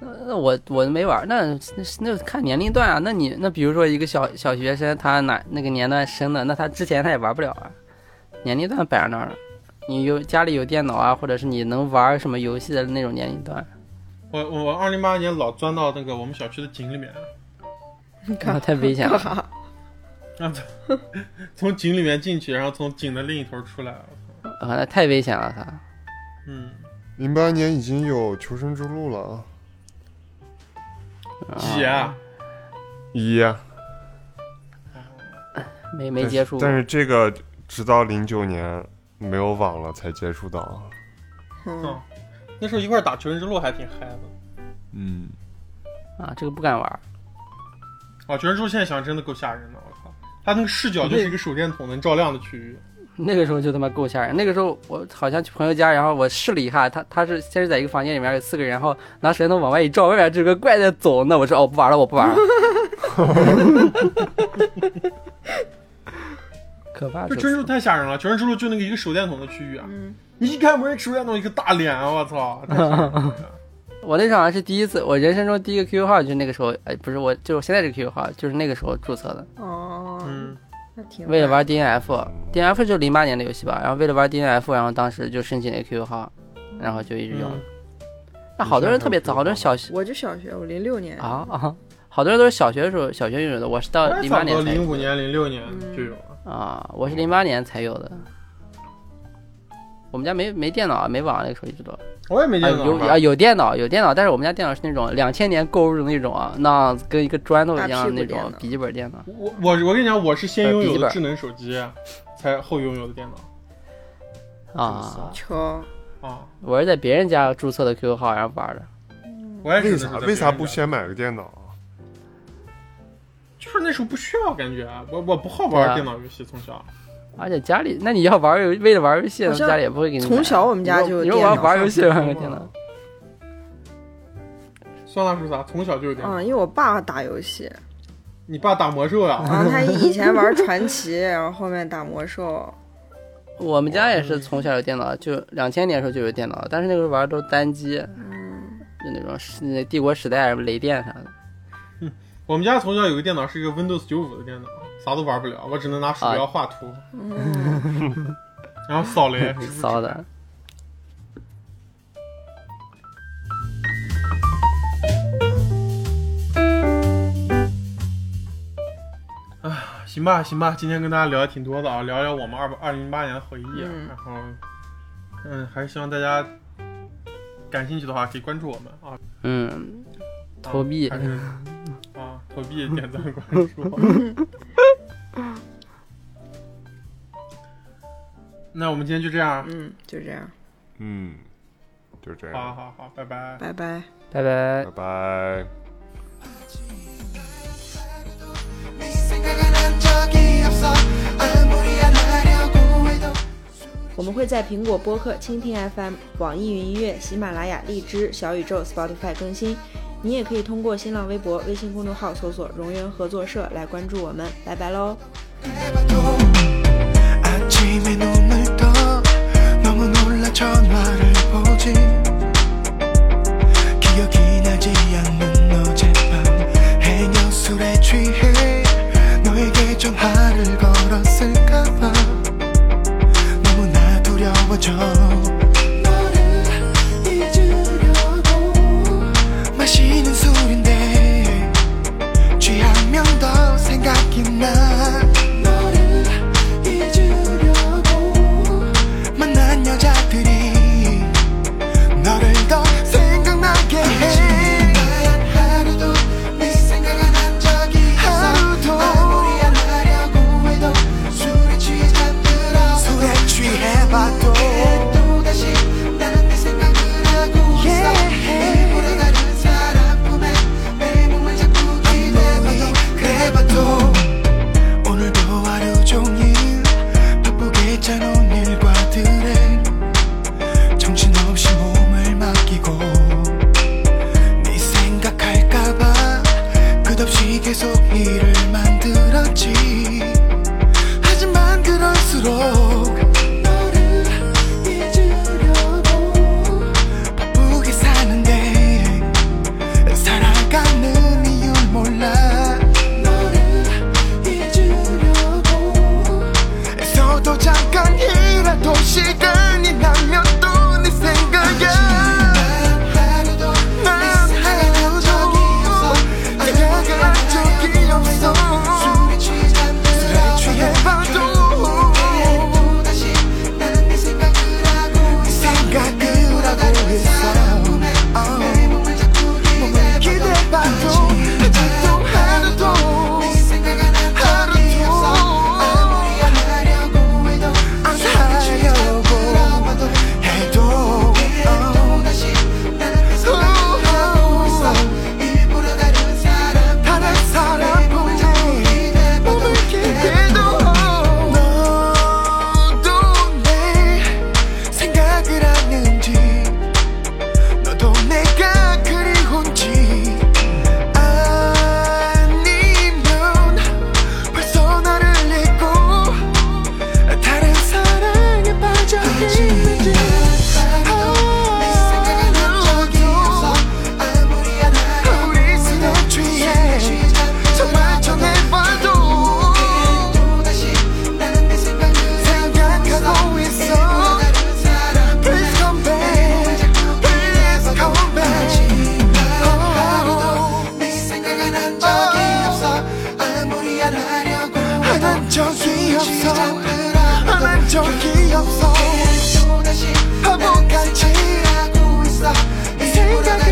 S3: 那我我没玩儿，那那那看年龄段啊。那你那比如说一个小小学生，他哪那个年段生的，那他之前他也玩不了啊。年龄段摆在那儿了，你有家里有电脑啊，或者是你能玩儿什么游戏的那种年龄段，
S2: 我我我二零八年老钻到那个我们小区的井里面，
S5: 你
S3: 那
S5: 看，
S3: 啊太危
S5: [LAUGHS]
S3: 险了。
S2: 然后从从井里面进去，然后从井的另一头出来。
S3: 啊，那太危险了，他。
S2: 嗯，
S4: 零八年已经有《求生之路》了啊，
S3: 啊
S2: 几啊？
S4: 一啊
S3: 没没接触过
S4: 但是这个直到零九年没有网了才接触到。
S5: 嗯
S2: 哦，那时候一块儿打《求生之路》还挺嗨的。
S4: 嗯，
S3: 啊，这个不敢玩儿。
S2: 啊，《求生之路》现在想真的够吓人的，我靠！它那个视角就是一个手电筒能照亮的区域。
S3: [LAUGHS] 那个时候就他妈够吓人。那个时候我好像去朋友家，然后我试了一下，他他是先是在一个房间里面有四个人，然后拿手电筒往外一照，外面这有个怪在走呢。我说哦，我不玩了，我不玩了。 [LAUGHS] 可怕
S2: 就《
S3: 死
S2: 求生之路》太吓人了，《求生之路》就那个一个手电筒的区域啊，
S5: 嗯
S2: 你一开门，手电筒一个大脸，啊我操！太吓人了
S3: 我那时候好像是第一次，我人生中第一个 QQ 号就是那个时候，哎，不是我，就是我现在这个 QQ 号，就是那个时候注册的，
S5: 哦，
S2: 嗯，
S5: 那挺
S3: 为了玩 DNF，DNF 就零八年的游戏吧，然后为了玩 DNF，然后当时就申请了 QQ 号，然后就一直
S2: 嗯
S3: 用了。那好多人特别早，好多人小学
S5: 我就小学，我零六年
S3: 啊，啊，好多人都是小学的时候小学拥有的，我是到
S2: 我也
S3: 零
S2: 差
S3: 八
S2: 不多
S3: 呃年才有
S2: 零五年、零六年
S5: 嗯
S2: 就有了。
S3: 啊，我是零八年才有的。我们家没没电脑，没网，那个时候一直都啊
S2: 我也没见
S3: 有
S2: 到
S3: 啊有电脑有电脑，但是我们家电脑是那种两千年购入的那种啊，那跟一个砖头一
S5: 大
S3: 样
S5: 屁
S3: 的
S5: 股
S3: 那
S5: 电
S3: 种
S5: 脑
S3: 笔记本电脑。
S2: 我我我跟你讲，我是先拥
S3: 呃笔
S2: 有
S3: 记
S2: 的
S3: 本
S2: 智能手机，才后拥有的电脑
S3: 啊，
S5: 球，
S2: 啊。
S3: 我是在别人家注册的 QQ 号，然后玩的。
S5: 嗯
S2: 我也是
S4: 为
S2: 那时
S4: 啥
S2: 候在
S4: 为
S2: 别
S4: 啥
S2: 人
S4: 不
S2: 家？
S4: 先买个电脑啊？
S2: 就是那时候不需要，感觉我我不好
S3: 对
S2: 玩
S3: 啊
S2: 电脑游戏，从小
S3: 而且家里，那你要玩游，为了玩游戏，
S5: 好像
S3: 家里也不会给你买。
S5: 从小我们家就有
S3: 你说
S5: 电
S3: 我要
S5: 脑，
S3: 玩游戏，玩个电脑，
S2: 算大叔啥，从小就有电脑。
S5: 嗯，因为我爸打游戏，
S2: 你爸打魔
S5: [LAUGHS]
S2: 兽呀、啊
S5: 然后他以前玩传奇，然后后面打魔兽，
S3: 我们家也是从小有电脑，就两千年的时候就有电脑，但是那个时候玩的都是单机，
S5: 嗯，
S3: 就那种是那帝国时代、雷电啥的。
S2: 我们家从小有个电脑是一个 Windows 九五的电脑，啥都玩不了，我只能拿
S3: 啊
S2: 鼠标画图，嗯 [LAUGHS] 然后扫雷。
S3: 骚的。
S2: 行吧，行吧，今天跟大家聊的挺多的啊，聊聊我们二二零零八年的回忆，啊
S5: 嗯
S2: 然后，嗯，还是希望大家感兴趣的话可以关注我们啊，啊
S3: 嗯，投币
S2: 还是啊，投币点赞关注。
S3: [LAUGHS]
S2: 那我们今天就这样，啊
S5: 嗯，就这样，
S4: 嗯，就这
S3: 嗯
S2: 好
S4: 样，
S2: 好好，拜拜。
S5: 拜拜。
S3: 拜拜
S4: 拜。拜。
S6: 네 생각은 한 적이 없어 아무리 안 하려고 해도 술이 我们会在苹果播客、蜻蜓 FM、网易云音乐、喜马拉雅、荔枝、小宇宙、Spotify 更新。你也可以通过新浪微博、微信公众号搜索“荣源合作社”来关注我们。拜拜喽！
S7: 해봐도 아침에 눈을 떠 너무 놀라 전화를 보지 기억이 나지 않는 어젯밤 해녀 술에 취해 너에게 전화를 걸었을까봐 너무나 두려워져 너를 잊으려고 마시는 술인데 취하면 더 생각이 나 너를 잊으려고 만난 여자들이 너를 더 생각나게 해 하루도 네 생각 안 한 적이 있어 아무리 안 하려고 해도 술에 취해 잠들어 술에 취해봐도 또다시 난 내 생각을 하고 있어 일부러 다른 사람 품에 내 몸을 자꾸 기대봐도 그래봐도 오늘도 하루 종일 바쁘게 짜놓은 일과들에 정신없이 몸을 맡기고 네 생각할까봐 끝없이 계속 일을 만들었지 하지만 그럴수록 너를 잊으려고 바쁘게 사는데 살아가는 이유 몰라 너를 잊으려고 애써도 잠깐이라도 시간이 나면 또 네 생각에 하루도 난 하루도 생각한 적이 없어 술에 취해봐도 난내 생각을 하고 생각을 하고 있어 내 몸을 자꾸 기대봐도 아직도 하루도 네 생각 안 한 적이 없어 아무리 안 하려고 해도 안 하려고 해도 또다시 난내 생각을 하고 있어 일부러 다른 사람 다른 사람 몸을 자꾸 기대봐도 너도 내 생각을 하는지 너도 내가 그리운지 아니면 벌써 나를 잊고 다른 사랑에 빠져 있는지 내 생각은 한 적이 없어 아무리 안 하려고 우리 술에 취해 정말 전해봐도 또다시 난내 생각을 생각하고 있어 Please come back Please come back 내 생각은 한 적이 없어 아무리 안 하려고 안한 적이 없어 안한 적이 없어 바보같이 생각을 어,